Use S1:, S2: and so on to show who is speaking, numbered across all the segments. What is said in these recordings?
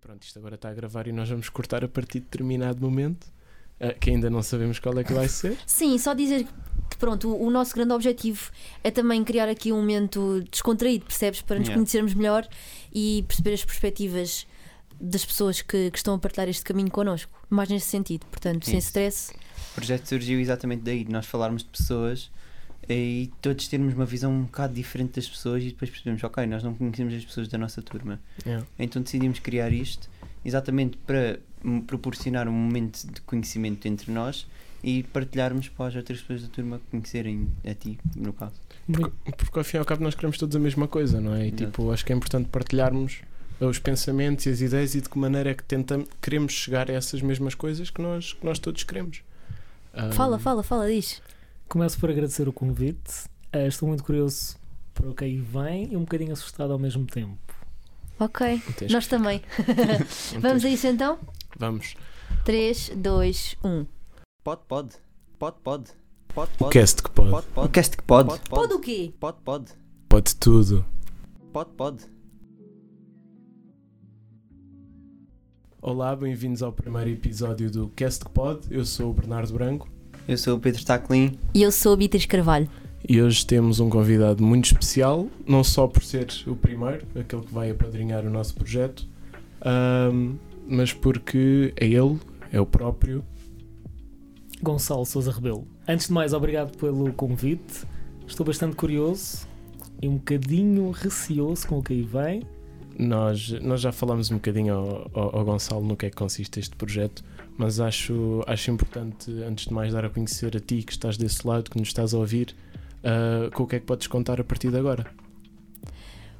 S1: pronto, isto agora está a gravar e nós vamos cortar a partir de determinado momento, ah, que ainda não sabemos qual é que vai ser.
S2: Sim, só dizer que pronto, o, o nosso grande objetivo é também criar aqui um momento descontraído, percebes? Para nos
S3: Yeah.
S2: conhecermos melhor e perceber as perspectivas das pessoas que, que estão a partilhar este caminho connosco. Mais nesse sentido, portanto, sem
S3: Isso.
S2: stress.
S3: O projeto surgiu exatamente daí, de nós falarmos de pessoas e todos termos uma visão um bocado diferente das pessoas e depois percebemos, ok, nós não conhecemos as pessoas da nossa turma.
S1: Yeah.
S3: Então decidimos criar isto exatamente para hum, proporcionar um momento de conhecimento entre nós e partilharmos para as outras pessoas da turma conhecerem a ti, no caso.
S1: Porque, porque ao fim e ao cabo nós queremos todos a mesma coisa, não é? E
S3: Exato.
S1: tipo, acho que é importante partilharmos eh, os pensamentos e as ideias e de que maneira é que tentamos, queremos chegar a essas mesmas coisas que nós, que nós todos queremos. Ah,
S2: Fala, fala, fala, diz.
S4: Começo por agradecer o convite. Eh, estou muito curioso para o que aí vem e um bocadinho assustado ao mesmo tempo.
S2: Ok,
S1: não tens-
S2: nós também.
S1: não
S2: Vamos a
S1: tens-
S2: isso então?
S1: um
S2: um.
S1: Vamos.
S2: 3, 2, 1.
S3: Pode, pode. Pode, pode. Pode, pode.
S1: Cast que é pode.
S3: Pode, pode.
S5: Cast que pode.
S3: Pode,
S2: Pode
S3: pode.
S2: o quê?
S3: Pode, pode.
S1: Pode tudo.
S3: Pode, pode.
S1: Olá, bem-vindos ao primeiro episódio do Cast que Pode. Eu sou o Bernardo Branco
S3: Eu sou o Pedro Taclin.
S2: E eu sou a Beatriz Carvalho.
S1: e hoje temos um convidado muito especial, não só por ser o primeiro, aquele que vai apadrinhar o nosso projeto, ahm, mas porque é ele, é o próprio.
S4: Gonçalo Souza Rebelo. Antes de mais, obrigado pelo convite. Estou bastante curioso e um bocadinho receoso com o que aí vem.
S1: Nós, nós já falamos um bocadinho ao, ao- ao Gonçalo no que é que consiste este projeto, mas acho, acho importante, antes de mais, dar a conhecer a ti que estás desse lado, que nos estás a ouvir, ah, com o que é que podes contar a partir de agora.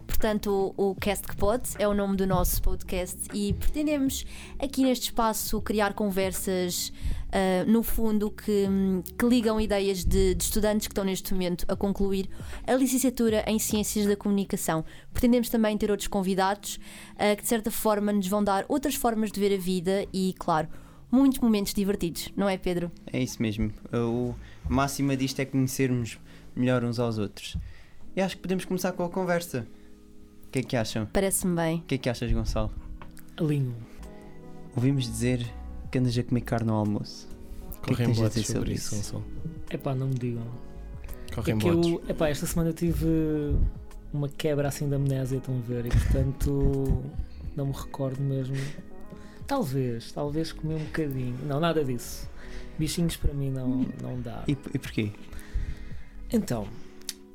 S2: Portanto, o o Cast que Pode é o nome do nosso podcast e pretendemos aqui neste espaço criar conversas, ah, no fundo, que, hum, que ligam ideias de, de estudantes que estão neste momento a concluir a licenciatura em Ciências da Comunicação. Pretendemos também ter outros convidados ah, que, de certa forma, nos vão dar outras formas de ver a vida e, claro, muitos momentos divertidos, não é, Pedro?
S3: É isso mesmo. O a máxima disto é conhecermos melhor uns aos outros. E acho que podemos começar com a conversa. O que é que acham?
S2: Parece-me bem.
S3: O que é que achas, Gonçalo?
S4: Alinho.
S3: Ouvimos dizer que andas a comer carne ao almoço. que é que
S1: Correm
S3: tens a
S1: boatos
S3: dizer
S1: sobre
S3: sobre
S1: isso,
S3: isso?
S1: Gonçalo.
S4: Epá, não me digam.
S1: Correm
S4: é que
S1: boatos.
S4: eu, epá, esta semana eu tive uma quebra assim da amnésia, estão a ver, e portanto não me recordo mesmo. Talvez, talvez comi um bocadinho. Não, nada disso. Bichinhos para mim não, não dá.
S3: E, e porquê?
S4: Então,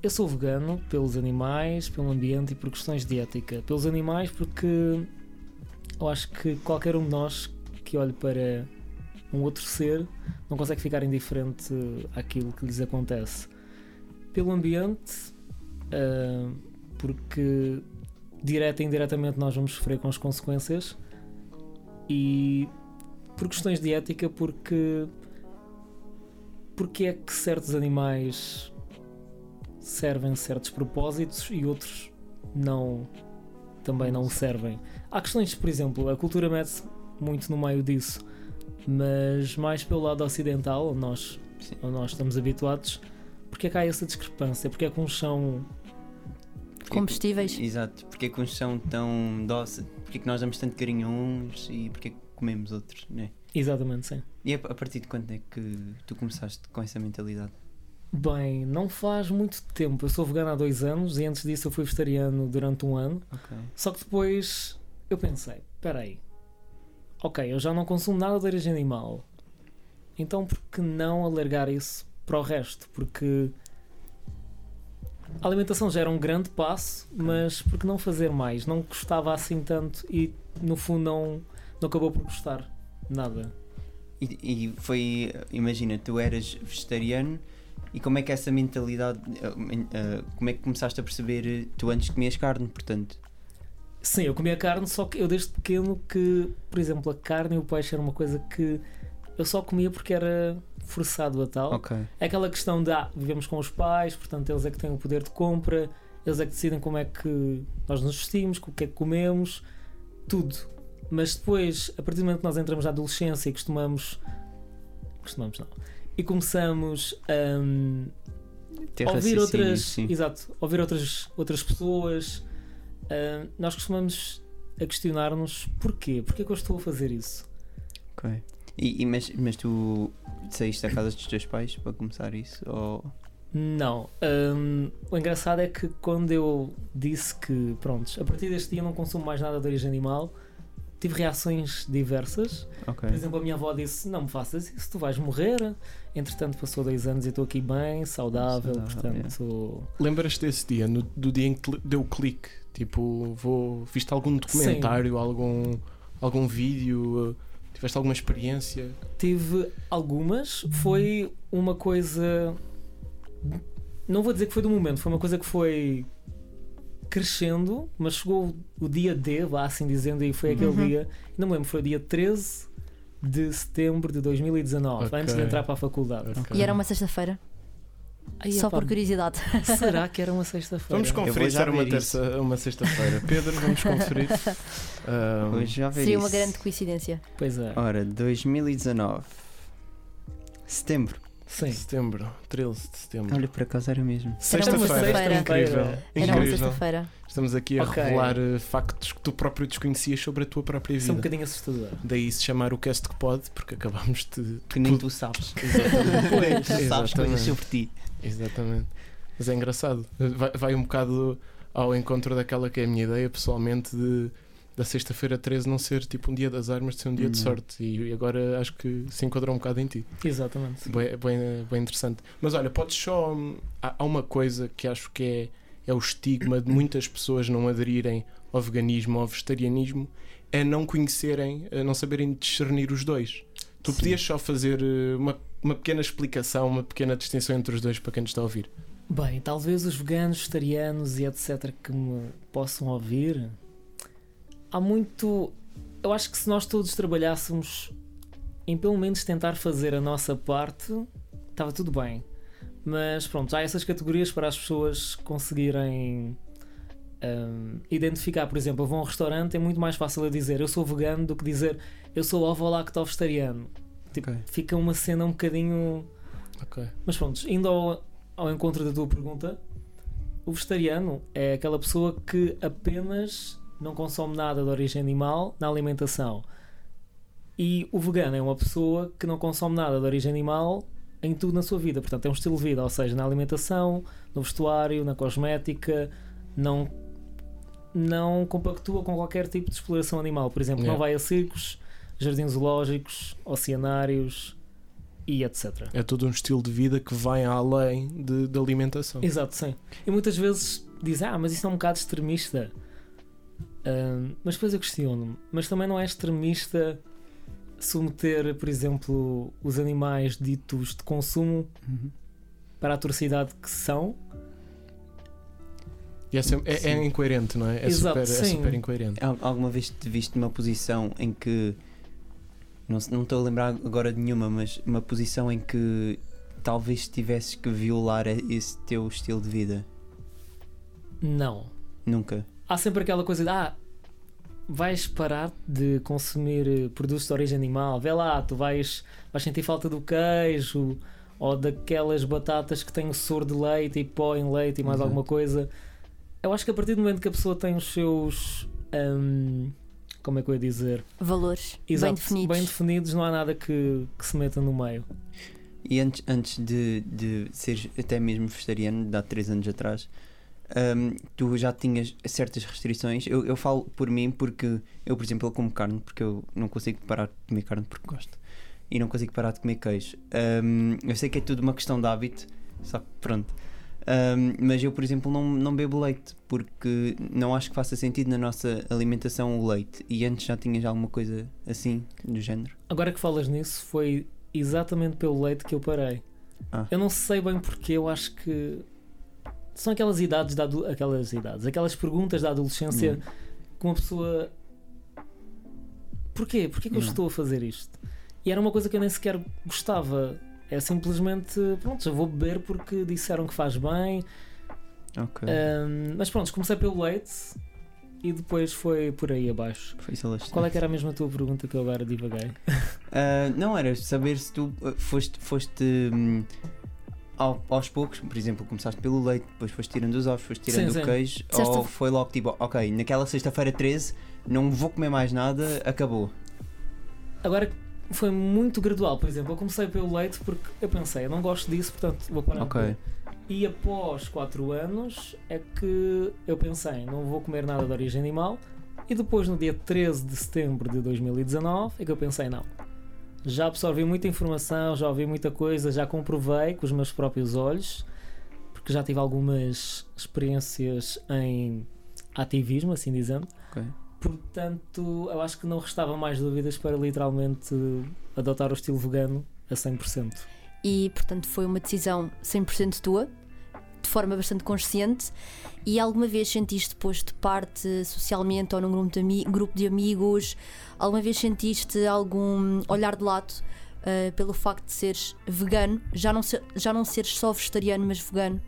S4: eu sou vegano pelos animais, pelo ambiente e por questões de ética. Pelos animais, porque eu acho que qualquer um de nós que olhe para um outro ser não consegue ficar indiferente àquilo que lhes acontece. Pelo ambiente, ah, porque direta e indiretamente nós vamos sofrer com as consequências. E por questões de ética, porque porque é que certos animais servem certos propósitos e outros não também não o servem. Há questões, por exemplo, a cultura mete-se muito no meio disso, mas mais pelo lado ocidental, onde nós,
S3: Sim.
S4: onde nós estamos habituados, porque é que há essa discrepância? Porque é que uns são
S3: Porquê
S2: Combustíveis.
S3: Que, exato. Porquê que uns são tão doce? Porquê que nós damos tanto carinho a uns e porquê que comemos outros, né?
S4: exatamente sim.
S3: E a, a partir de quando é que tu começaste com essa mentalidade?
S4: Bem, não faz muito tempo. Eu sou vegano há dois anos e antes disso eu fui vegetariano durante um ano.
S3: Ok.
S4: Só que depois eu pensei, peraí, ok, eu já não consumo nada de origem animal, então por que não alargar isso para o resto? Porque a alimentação já era um grande passo, mas por que não fazer mais? Não gostava assim tanto e no fundo não, não acabou por gostar nada.
S3: E, e foi, imagina, tu eras vegetariano e como é que essa mentalidade, eh, men- eh, como é que começaste a perceber, eh, tu antes comias carne, portanto.
S4: Sim, eu comia carne, só que eu desde pequeno que, por exemplo, a carne e o peixe era uma coisa que eu só comia porque era forçado a tal.
S3: Ok.
S4: É aquela questão de ah, vivemos com os pais, portanto eles é que têm o poder de compra, eles é que decidem como é que nós nos vestimos, o que é que comemos, tudo. Mas depois, a partir do momento que nós entramos na adolescência e costumamos. Costumamos não. E começamos hum, a
S3: Ter
S4: ouvir
S3: raciocínio,
S4: outras,
S3: sim.
S4: exato, ouvir outras, outras pessoas. Ah, nós costumamos a questionar-nos porquê, porquê que eu estou a fazer isso.
S3: Ok. E, e mas, mas tu saíste da casa dos teus pais para começar isso? Ou...
S4: Não. hum, o engraçado é que quando eu disse que, pronto, a partir deste dia não consumo mais nada de origem animal, tive reações diversas.
S3: Ok.
S4: Por exemplo, a minha avó disse: Não me faças isso, tu vais morrer. Entretanto, passou dois anos e eu estou aqui bem, saudável,
S3: Saudável,
S4: portanto.
S1: Lembras-te desse dia, no- do dia em que te deu o clique? Tipo, vou, viste algum documentário, algum, algum vídeo, eh, tiveste alguma experiência?
S4: Tive algumas, foi uma coisa. Não vou dizer que foi do momento, foi uma coisa que foi crescendo, mas chegou o dia D, vá assim dizendo, e foi aquele
S2: Uhum.
S4: dia, não me lembro, foi o dia 13 de setembro de 2019,
S1: Ok.
S4: antes de entrar para a faculdade.
S1: Ah, Ok.
S2: E era uma sexta-feira,
S4: Ai,
S2: só
S4: epá,
S2: por curiosidade.
S4: Será que era uma sexta-feira?
S1: Vamos
S3: Eu vou
S1: conferir se
S3: já
S1: era uma,
S3: ver isso.
S1: terça, uma sexta-feira. Pedro, vamos conferir. Ah,
S3: Hoje já ver
S2: Seria
S3: isso.
S2: uma grande coincidência.
S4: Pois é,
S3: Ora, 2019. Setembro.
S4: sim.
S1: Setembro, 13 de setembro.
S3: Olha, por acaso era mesmo.
S2: sexta-feira.
S1: Sexta-feira, incrível.
S2: Era uma
S1: incrível.
S2: sexta-feira.
S1: Estamos aqui a
S4: Ok.
S1: revelar eh, factos que tu próprio desconhecias sobre a tua própria
S4: Isso é um
S1: vida.
S4: bocadinho assustador.
S1: Daí se chamar o cast que pode, porque acabamos de.
S3: Que nem tu sabes. Nem tu sabes coisas
S1: Exatamente.
S3: sobre ti.
S1: Exatamente. Mas é engraçado. Vai, vai um bocado ao encontro daquela que é a minha ideia, pessoalmente, de da sexta-feira 13 não ser tipo um dia das armas, de ser um dia de
S3: Hum.
S1: sorte. E agora acho que se enquadrou um bocado em ti.
S4: Exatamente.
S1: Bem, bem, bem interessante. Mas olha, podes só. hum, Há, há uma coisa que acho que é, é o estigma de muitas pessoas não aderirem ao veganismo ou ao vegetarianismo, é não conhecerem, é não saberem discernir os dois. Tu
S3: Sim.
S1: podias só fazer eh, uma, uma pequena explicação, uma pequena distinção entre os dois para quem nos está a ouvir.
S4: Bem, talvez os veganos, vegetarianos e etc. que me possam ouvir, há muito. Eu acho que se nós todos trabalhássemos em pelo menos tentar fazer a nossa parte, estava tudo bem. Mas pronto, já há essas categorias para as pessoas conseguirem hum, identificar. Por exemplo, eu vou a um restaurante, é muito mais fácil eu dizer eu sou vegano do que dizer eu sou ovo ou lacto vegetariano. Tipo,
S3: Ok.
S4: fica uma cena um bocadinho.
S1: Ok.
S4: Mas pronto, indo ao, ao encontro da tua pergunta, o vegetariano é aquela pessoa que apenas não consome nada de origem animal na alimentação. E o vegano é uma pessoa que não consome nada de origem animal em tudo na sua vida. Portanto, é um estilo de vida, ou seja, na alimentação, no vestuário, na cosmética, não não compactua com qualquer tipo de exploração animal. Por exemplo, não
S1: Yeah.
S4: vai a circos, jardins zoológicos, oceanários e etc.
S1: É todo um estilo de vida que vai além de, da alimentação.
S4: Exato, sim. E muitas vezes dizem, ah, mas isso é um bocado extremista. Ahn, mas depois eu questiono-me. Mas também não é extremista submeter, por exemplo, os animais ditos de consumo
S3: Uhum.
S4: para a atrocidade que são.
S1: E é, sempre- é- é
S3: Sim.
S1: incoerente, não é? É,
S4: Exato,
S1: super, é
S4: sim.
S1: super incoerente.
S3: Al- Alguma vez te viste numa posição em que. Não se- não estou a lembrar agora de nenhuma, mas uma posição em que talvez tivesses que violar esse teu estilo de vida?
S4: Não.
S3: Nunca.
S4: Há sempre aquela coisa de, ah, vais parar de consumir eh, produtos de origem animal. Vê lá, tu vais, vais sentir falta do queijo ou daquelas batatas que têm o soro de leite e pó em leite e mais
S3: Exato.
S4: alguma coisa. Eu acho que a partir do momento que a pessoa tem os seus. hum, como é que eu ia dizer?
S2: Valores
S4: Exato,
S2: bem definidos.
S4: bem definidos, não há nada que, que se meta no meio.
S3: E antes, antes de, de seres até mesmo vegetariano, de há 3 anos atrás, hum, tu já tinhas certas restrições. Eu, eu falo por mim porque eu, por exemplo, eu como carne porque eu não consigo parar de comer carne porque gosto. E não consigo parar de comer queijo. Hum, eu sei que é tudo uma questão de hábito, só que pronto. Hum, mas eu, por exemplo, não, não bebo leite porque não acho que faça sentido na nossa alimentação o leite. E antes já tinhas alguma coisa assim, do género.
S4: Agora que falas nisso, foi exatamente pelo leite que eu parei.
S3: Ah.
S4: Eu não sei bem porque, eu acho que são aquelas idades da adu- aquelas idades, aquelas perguntas da adolescência
S3: Hum.
S4: que uma pessoa Porquê? Porquê que eu
S3: Hum.
S4: estou a fazer isto? E era uma coisa que eu nem sequer gostava. É simplesmente, pronto, já vou beber porque disseram que faz bem.
S3: Ok.
S4: Ahm, mas pronto, comecei pelo leite e depois foi por aí abaixo.
S3: Foi isso, Alexandre.
S4: Qual é que era mesmo a tua pergunta que eu agora divaguei?
S3: Ah, não, era saber se tu ah, foste, foste hum, ao- aos poucos, por exemplo, começaste pelo leite, depois foste tirando os ovos, foste tirando
S4: Sim,
S3: o
S4: sim.
S3: queijo,
S2: Certo.
S3: ou foi logo tipo, ok, naquela sexta-feira 13 não vou comer mais nada, acabou.
S4: Agora foi muito gradual, por exemplo, eu comecei pelo leite porque eu pensei, eu não gosto disso, portanto vou parar. de
S3: Ok.
S4: comer. E após 4 anos é que eu pensei, não vou comer nada de origem animal. E depois, no dia 13 de setembro de 2019, é que eu pensei, não. Já absorvi muita informação, já ouvi muita coisa, já comprovei com os meus próprios olhos, porque já tive algumas experiências em ativismo, assim dizendo.
S3: Ok.
S4: Portanto, eu acho que não restava mais dúvidas para literalmente adotar o estilo vegano a 100%.
S2: e portanto foi uma decisão 100% tua, de forma bastante consciente. E alguma vez sentiste posto de parte socialmente ou num grupo de, ami- grupo de amigos? Alguma vez sentiste algum olhar de lado ah, pelo facto de seres vegano? Já não, ser, já não seres só vegetariano, mas vegano?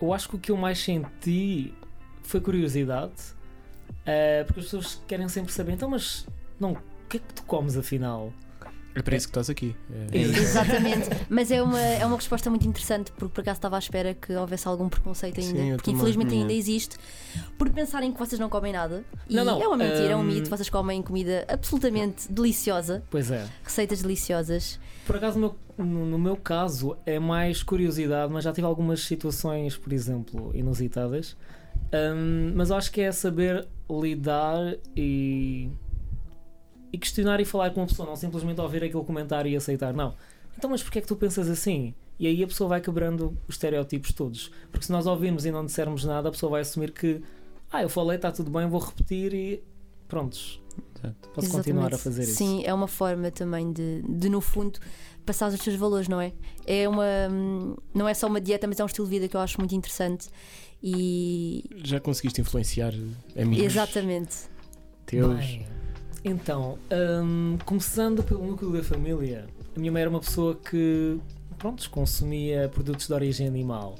S4: Eu acho que o que eu mais senti foi curiosidade, eh, porque as pessoas querem sempre saber, então, mas não, o que é que tu comes afinal?
S1: É para isso que estás aqui. É-
S4: É isso.
S2: Exatamente, mas é uma, é uma resposta muito interessante porque por acaso estava à espera que houvesse algum preconceito ainda,
S1: Sim, eu
S2: porque
S1: também.
S2: infelizmente ainda
S3: Hum.
S2: existe, por pensarem que vocês não comem nada. E
S4: Não, não,
S2: é uma mentira, é um
S4: hum.
S2: mito, vocês comem comida absolutamente deliciosa,
S4: Pois é.
S2: receitas deliciosas.
S4: Por acaso, no meu, no- no meu caso, é mais curiosidade, mas já tive algumas situações, por exemplo, inusitadas. Hum, mas eu acho que é saber lidar e, e questionar e falar com uma pessoa, não simplesmente ouvir aquele comentário e aceitar, não. Então, mas porquê é que tu pensas assim? E aí a pessoa vai quebrando os estereótipos todos. Porque se nós ouvirmos e não dissermos nada, a pessoa vai assumir que, ah, eu falei, está tudo bem, vou repetir e. Prontos.
S3: Exato.
S4: Posso continuar
S2: Exatamente.
S4: a fazer isso.
S2: Sim, é uma forma também de, de no fundo, passar os seus valores, não é? É uma. hum, Não é só uma dieta, mas é um estilo de vida que eu acho muito interessante. E.
S1: Já conseguiste influenciar amigos
S2: Exatamente.
S1: teus?
S4: Bem, então, hum, começando pelo núcleo da família, a minha mãe era uma pessoa que, pronto, consumia produtos de origem animal.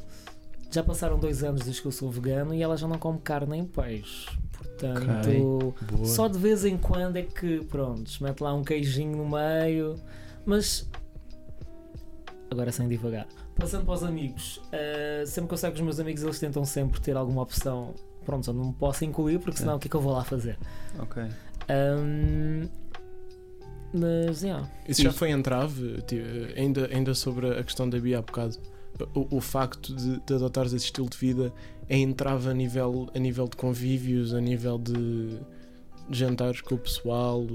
S4: Já passaram dois anos desde que eu sou vegano e ela já não come carne nem peixe. Portanto,
S1: Boa.
S4: só de vez em quando é que, pronto, mete lá um queijinho no meio. Mas. Agora sem divagar. Passando para os amigos, ah, sempre que eu saio com os meus amigos, eles tentam sempre ter alguma opção, pronto, onde me possa incluir, porque senão o que é que eu vou lá fazer?
S3: Ok.
S4: Ahm, mas, yeah.
S1: Isso já foi entrave, ti- ainda, ainda sobre a questão da Bia há bocado. O, o facto de, de adotares esse estilo de vida é entrave a nível, a nível de convívios, a nível de jantares com o pessoal.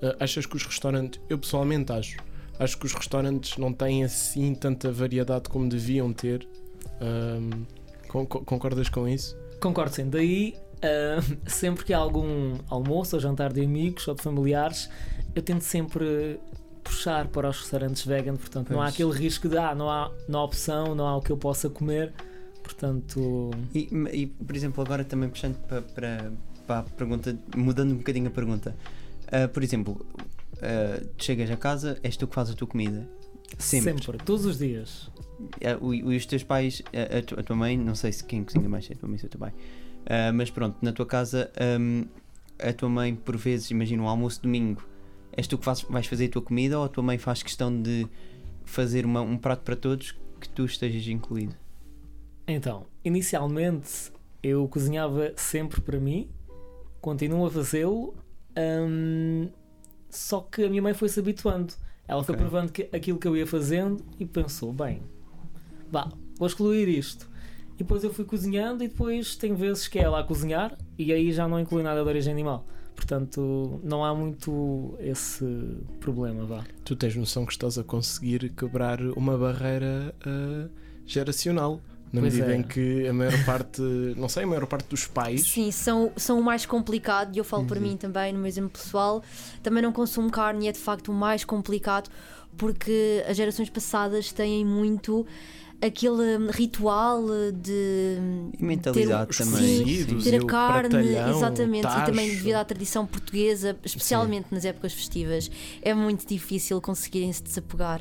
S1: Ah, Achas que os restaurantes. Eu pessoalmente acho. Acho que os restaurantes não têm assim tanta variedade como deviam ter. Ahm, con- con- concordas com isso?
S4: concordo sim. Daí, ahm, sempre que há algum almoço ou jantar de amigos ou de familiares, eu tento sempre puxar para os restaurantes vegan, portanto, não há
S1: Pois.
S4: aquele risco de, ah, não há, não há opção, não há o que eu possa comer, portanto,
S3: E, e, por exemplo, agora também puxando para, para, para a pergunta, mudando um bocadinho a pergunta. Ah, por exemplo, ah, tu chegas a casa, és tu que fazes a tua comida. Sempre.
S4: todos os dias.
S3: Ah, o- e os teus pais, a, a tu- a tua mãe, não sei se quem cozinha mais, se é a tua mãe ou o teu pai, Ah, mas pronto, na tua casa, ahm, a tua mãe, por vezes, imagina um almoço de domingo, és tu que fazes- vais fazer a tua comida ou a tua mãe faz questão de fazer uma- um prato para todos que tu estejas incluído?
S4: Então, inicialmente eu cozinhava sempre para mim, continuo a fazê-lo, hum, só que a minha mãe foi se habituando. Ela foi
S3: Ok.
S4: provando que aquilo que eu ia fazendo e pensou: bem, vá, vou excluir isto. E depois eu fui cozinhando, e depois tem vezes que é ela a cozinhar, e aí já não inclui nada de origem animal. Portanto, não há muito esse problema, vá.
S1: Tu tens noção que estás a conseguir quebrar uma barreira ah, geracional. Na
S4: Pois
S1: medida
S4: é.
S1: em que a maior parte, não sei, a maior parte dos pais.
S2: Sim, são, são o mais complicado e eu falo por
S3: Uhum.
S2: mim também, no meu exemplo pessoal. Também não consumo carne e é de facto o mais complicado porque as gerações passadas têm muito aquele hum, ritual eh, de
S3: E mentalidade
S1: os
S3: também.
S1: cozidos
S2: ter
S1: e
S2: a
S1: o
S2: carne,
S1: pratalhão, o
S2: exatamente, e também
S1: tacho.
S2: devido à tradição portuguesa, especialmente nas épocas festivas, é muito difícil conseguirem se desapegar.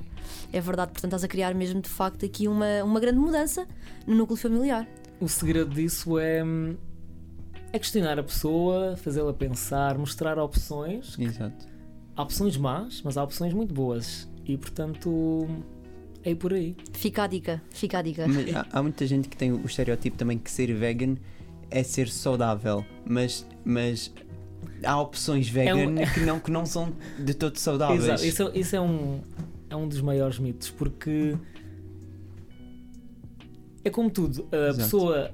S2: É verdade, portanto, estás a criar mesmo de facto aqui uma, uma grande mudança no núcleo familiar.
S4: O segredo disso é, hum, é questionar a pessoa, fazê-la pensar, mostrar opções.
S3: Exato.
S4: Há opções más, mas há opções muito boas. E portanto, é por aí.
S2: Fica a dica, fica a dica.
S3: Mas há, há muita gente que tem o estereótipo também que ser vegan é ser saudável, mas, mas há opções vegan que, não, que não são de todo saudáveis.
S4: Exato, isso, é- isso é, um, é um dos maiores mitos, porque é como tudo, a
S3: Exato.
S4: pessoa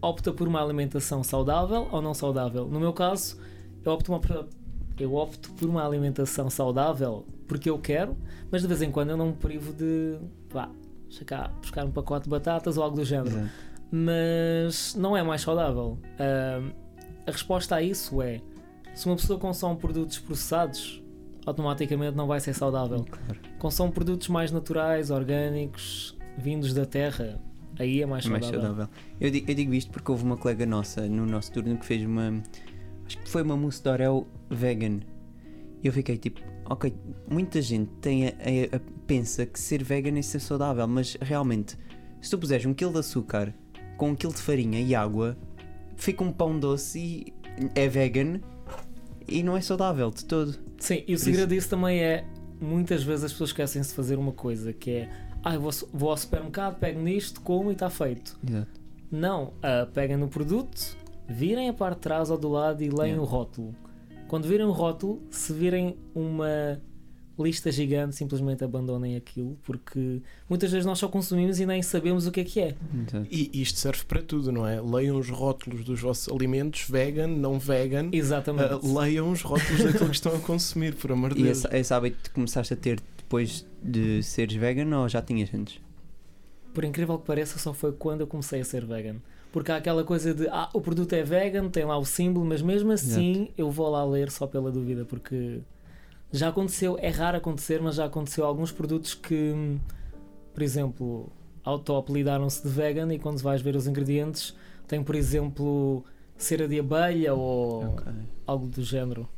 S4: opta por uma alimentação saudável ou não saudável. No meu caso, eu opto, uma pra- eu opto por uma alimentação saudável porque eu quero, mas de vez em quando eu não me privo de vá, deixa cá, buscar um pacote de batatas ou algo do género
S3: Exato.
S4: mas não é mais saudável. Ahm, a resposta a isso é: se uma pessoa consome produtos processados, automaticamente não vai ser saudável.
S3: Claro.
S4: Consome produtos mais naturais, orgânicos, vindos da terra, aí é mais
S3: mais
S4: saudável.
S3: saudável. Eu, di- eu digo isto porque houve uma colega nossa no nosso turno que fez uma. Acho que foi uma mousse de Oreo vegan. E eu fiquei tipo, ok, muita gente tem a, a- a- pensa que ser vegan é ser saudável, mas realmente, se tu puseres um quilo de açúcar com um quilo de farinha e água, fica um pão doce e é vegan e não é saudável de todo.
S4: Sim, e o segredo disso também é: muitas vezes as pessoas esquecem-se de fazer uma coisa que é. Ah, eu vou, su- vou ao supermercado, pego nisto, como e está feito.
S3: Exato.
S4: Não, ah, peguem no produto, virem a parte de trás ou do lado e leem
S3: Yeah.
S4: o rótulo. Quando virem o rótulo, se virem uma lista gigante, simplesmente abandonem aquilo, porque muitas vezes nós só consumimos e nem sabemos o que é que é.
S3: Uhum.
S1: E isto serve para tudo, não é? Leiam os rótulos dos vossos alimentos, vegan, não vegan.
S4: Exatamente.
S1: Ah, leiam os rótulos daquilo que estão a consumir, por amor de
S3: E
S1: Deus.
S3: esse, esse hábito começaste a ter depois de seres vegan ou já tinhas antes?
S4: Por incrível que pareça, só foi quando eu comecei a ser vegan. Porque há aquela coisa de, ah, o produto é vegan, tem lá o símbolo, mas mesmo assim eu vou lá ler só pela dúvida, porque já aconteceu, é raro acontecer, mas já aconteceu alguns produtos que, hum, por exemplo, autoapelidaram-se de vegan e quando vais ver os ingredientes, tem, por exemplo, cera de abelha ou algo do género.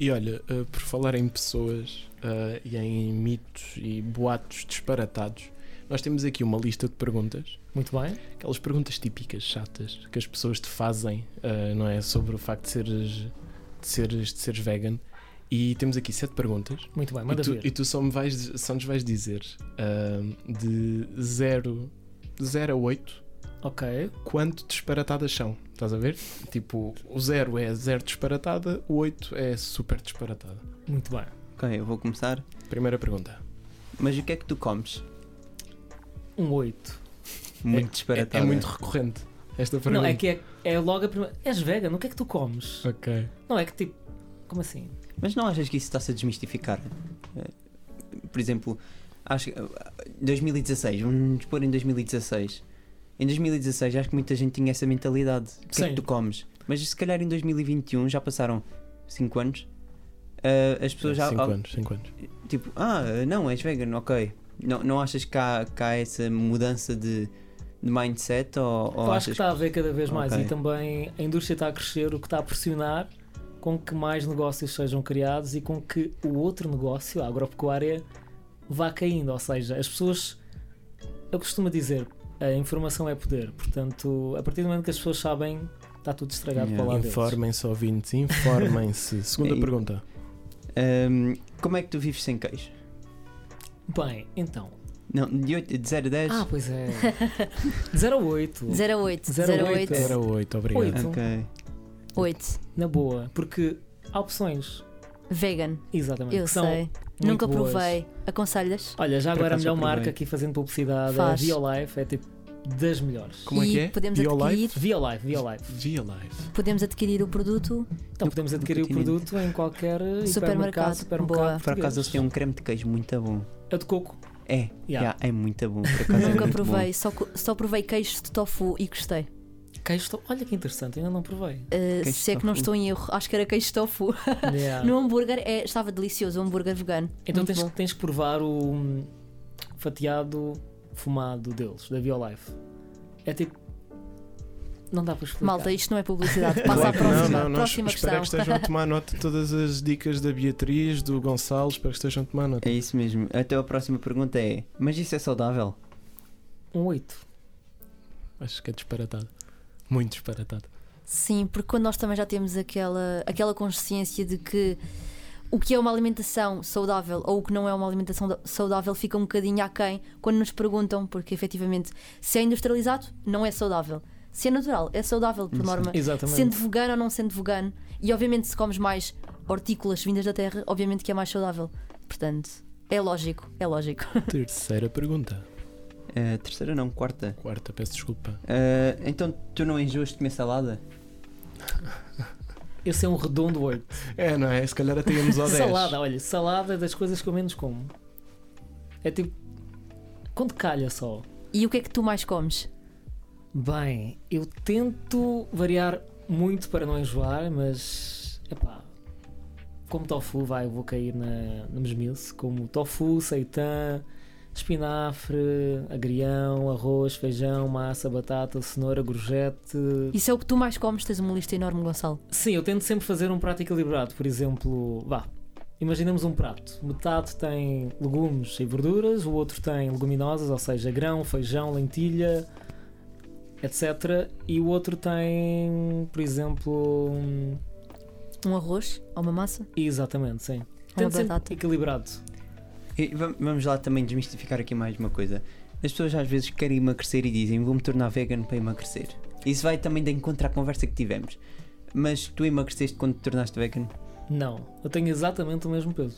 S1: E olha, uh, por falar em pessoas uh, e em mitos e boatos disparatados, nós temos aqui uma lista de perguntas,
S4: Muito bem.
S1: aquelas perguntas típicas, chatas, que as pessoas te fazem, uh, não é? Sobre o facto de seres, de seres, de seres vegan. E temos aqui sete perguntas.
S4: Muito bem,
S1: E
S4: manda
S1: tu,
S4: ver.
S1: e tu só, me vais, só nos vais dizer ahm, de 0 a 8
S4: Ok.
S1: quanto disparatadas são. Estás a ver? Tipo, o 0 é zero disparatada, o 8 é super disparatada.
S4: Muito bem.
S3: Ok, eu vou começar.
S1: Primeira pergunta.
S3: Mas o que é que tu comes?
S4: Um 8.
S3: Muito
S1: É,
S3: disparatado.
S1: é muito recorrente esta pergunta.
S4: Não, é que é, é logo a primeira. És vegan, o que é que tu comes?
S1: Ok.
S4: Não, é que tipo. Como assim?
S3: Mas não achas que isso está-se a desmistificar? Eh, Por exemplo, acho que. ah, 2016, vamos pôr em 2016. Em 2016 acho que muita gente tinha essa mentalidade. O que é
S4: Sim.
S3: que tu comes? Mas se calhar em 2021 já passaram 5 anos. ah, as pessoas já.
S1: 5
S3: ah,
S1: É, anos, 5 anos.
S3: Tipo, ah, não, és vegan, ok. Não, não achas que há, que há essa mudança de, de mindset? Ou, ou
S4: Eu acho que
S3: achas
S1: tá.
S4: está a ver cada vez mais
S3: Ok.
S4: e também a indústria está a crescer, o que está a pressionar com que mais negócios sejam criados e com que o outro negócio, a agropecuária, vá caindo. Ou seja, as pessoas. Eu costumo dizer, a informação é poder. Portanto, a partir do momento que as pessoas sabem, está tudo estragado
S3: Yeah.
S4: para lá deles.
S1: Informem-se, ouvintes, informem-se.
S4: É
S1: Segunda
S3: E-
S1: pergunta.
S3: Ahm, como é que tu vives sem queijo?
S4: Bem, então.
S3: Não, de, 8, de 0 a 10?
S4: Ah, pois é. 0 a 8.
S2: 08,
S4: 08.
S2: 08,
S1: Era 8,
S4: Oito.
S1: obrigado.
S4: então.
S3: ok.
S2: 8.
S4: Na boa. Porque há opções.
S2: Vegan,
S4: Exatamente.
S2: eu
S4: que são
S2: sei.
S4: muito
S2: Nunca
S4: boas.
S2: provei. Aconselhas?
S4: Olha, já
S3: Por
S4: agora a
S3: acaso eu
S4: melhor
S3: provei.
S4: marca aqui fazendo publicidade,
S2: Faz.
S4: a Violife, é tipo das melhores.
S1: Como é
S2: e
S1: que é?
S2: podemos
S1: Bio
S2: adquirir,
S1: Life?
S4: Violife, Violife.
S1: Via Life.
S2: podemos adquirir o produto.
S4: Então podemos adquirir o
S3: continente.
S4: produto em qualquer
S2: Supermercado.
S4: hipermercado, supermercado.
S2: Boa.
S3: Por acaso eles
S4: português.
S3: têm um creme de queijo muito bom.
S4: É de coco.
S3: É,
S4: Yeah.
S3: yeah, é muito bom. Por
S1: Tá
S3: acaso é
S2: Nunca
S3: muito
S2: provei, só, co- só provei queijo de tofu e gostei.
S4: Queijo to- Olha que interessante, ainda não provei.
S2: Uh,
S3: Queijo
S2: se é
S3: de
S2: que não
S3: tofu.
S2: estou em erro, acho que era queijo de tofu.
S1: Ah.
S4: Yeah.
S2: No hambúrguer é- estava delicioso, o hambúrguer vegano.
S4: Então
S2: Muito
S4: tens,
S2: bom.
S4: tens que provar o hum, fatiado fumado deles, da Violife. É tipo. Não dá para explicar.
S2: Malta, isto não é publicidade. Passa à
S3: Claro que não,
S2: próxima,
S1: não, não, nós
S2: próxima
S1: espero que
S2: questão.
S1: estejam a tomar nota de todas as dicas da Beatriz, do Gonçalo, espero que estejam a tomar nota.
S3: bom. É isso mesmo. Então a próxima pergunta é: Mas isso é saudável?
S4: Um 8.
S1: Acho que é disparatado. Muito disparatado.
S2: Sim, porque quando nós também já temos aquela, aquela consciência de que o que é uma alimentação saudável ou o que não é uma alimentação da- saudável fica um bocadinho aquém quando nos perguntam, porque efetivamente se é industrializado, não é saudável. Se é natural, é saudável por norma.
S4: Exatamente.
S2: Sendo vegano ou não sendo vegano, e obviamente se comes mais hortícolas vindas da terra, obviamente que é mais saudável. Portanto, é lógico, é lógico.
S1: Terceira pergunta.
S3: Eh, terceira não, quarta.
S1: Quarta, peço desculpa.
S3: Eh, então tu não enjoas de comer salada?
S4: Esse é um redondo 8.
S1: É, não é? Se calhar até íamos ao 10.
S4: Salada, olha, salada é das coisas que eu menos como. É tipo. Quando calha só.
S2: E o que é que tu mais comes?
S4: Bem, eu tento variar muito para não enjoar, mas. Epá. Como tofu, vai, eu vou cair na, na mesmice. Como tofu, seitã, espinafre, agrião, arroz, feijão, massa, batata, cenoura, gorjete,
S2: Isso é o que tu mais comes, tens uma lista enorme, Gonçalo.
S4: Sim, eu tento sempre fazer um prato equilibrado. Por exemplo, vá, imaginemos um prato. Metade tem legumes e verduras, o outro tem leguminosas, ou seja, grão, feijão, lentilha, etc. E o outro tem, por exemplo. hum,
S2: Um arroz ou uma massa?
S4: Exatamente, sim. Tento sempre
S2: batata.
S4: equilibrado.
S3: E va- vamos lá também desmistificar aqui mais uma coisa. As pessoas às vezes querem emagrecer e dizem vou-me tornar vegan para emagrecer. Isso vai também de encontro à conversa que tivemos. Mas tu emagreceste quando te tornaste vegan?
S4: Não, eu tenho exatamente o mesmo peso.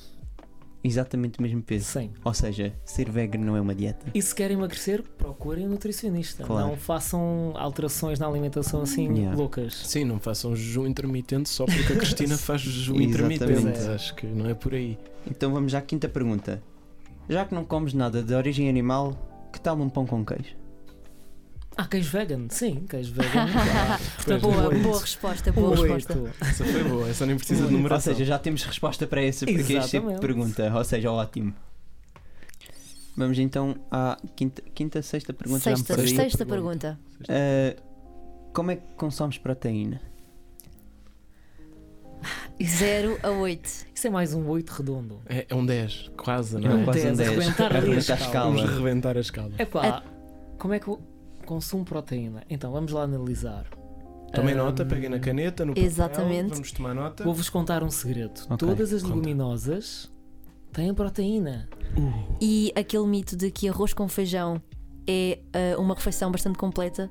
S3: Exatamente o mesmo peso.
S4: Sim.
S3: Ou seja, ser vegan não é uma dieta.
S4: E se querem emagrecer, procurem um nutricionista.
S3: Claro.
S4: Não façam alterações na alimentação assim
S3: Yeah.
S4: loucas.
S1: Sim, não façam jejum intermitente só porque a Cristina faz jejum
S3: Exatamente.
S1: intermitente. Acho que não é por aí.
S3: Então vamos à quinta pergunta. Já que não comes nada de origem animal, que tal um pão com queijo?
S4: Ah, queijo vegan? Sim, queijo vegan. Portanto,
S1: Pois,
S4: um
S2: Tá Boa,
S4: oito.
S2: boa resposta,
S4: Um
S2: boa resposta.
S4: oito.
S1: Essa foi boa, essa nem precisa de
S3: Ou
S1: numeração.
S3: seja, já temos resposta para essa porque este tipo de
S4: Exatamente.
S3: pergunta. Ou seja, ótimo. Vamos então à quinta, quinta sexta pergunta. já me
S2: Sexta,
S3: perdi.
S2: sexta pergunta.
S3: Ah, como é que consomes proteína?
S2: zero 0 a 8.
S4: Isso é mais um 8 redondo.
S1: É, é um 10, quase,
S3: É
S1: não é?
S3: um quase
S4: Dez,
S3: dez.
S4: arrebentar ali a
S3: Arrebenta a
S4: escala.
S1: Vamos
S3: escala.
S1: reventar a escala.
S4: É pá, como é que eu consumo proteína? Então, vamos lá analisar.
S1: Tomem
S4: Ahm,
S1: nota, peguem na caneta, no papel,
S2: Exatamente.
S1: vamos tomar nota.
S4: Vou-vos contar um segredo.
S3: Ok,
S4: Todas as
S1: conta.
S4: leguminosas têm proteína.
S2: E aquele mito de que arroz com feijão é ah, uma refeição bastante completa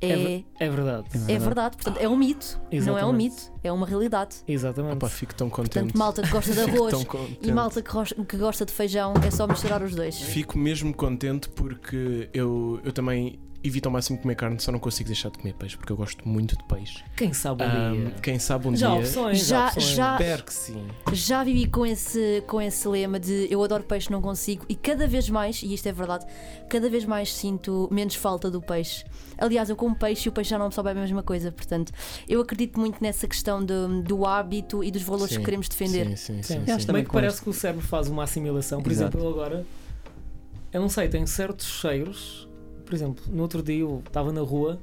S2: é,
S4: É ver- É verdade.
S2: é verdade. Portanto, é um mito. Não é um
S4: Exatamente.
S2: mito, é uma realidade.
S4: Exatamente.
S1: Opa, fico tão contente.
S2: Portanto, malta que gosta de
S1: Fico
S2: arroz
S1: tão contente.
S2: e malta que, ros- que gosta de feijão é só misturar os dois.
S1: Fico mesmo contente porque eu, eu também evito ao máximo comer carne, só não consigo deixar de comer peixe, porque eu gosto muito de peixe.
S4: Quem sabe um
S1: Ahm,
S4: dia.
S1: quem sabe um
S4: Já há
S1: dia.
S4: opções.
S2: Já-
S4: há opções.
S2: já-
S1: Espero que sim.
S2: Já vivi com esse, com esse lema de eu adoro peixe, não consigo, e cada vez mais, e isto é verdade, cada vez mais sinto menos falta do peixe. Aliás, eu como peixe e o peixe já não me sobe a mesma coisa, portanto, eu acredito muito nessa questão do, do hábito e dos valores
S1: Sim,
S2: que queremos defender.
S1: Sim, sim, sim. sim.
S4: Sim.
S3: Sim.
S4: Também
S3: Também
S4: que
S3: com
S4: parece
S3: este.
S4: que o cérebro faz uma assimilação. Por
S3: Exato.
S4: exemplo, eu agora, eu não sei, tenho certos cheiros. Por exemplo, no outro dia eu estava na rua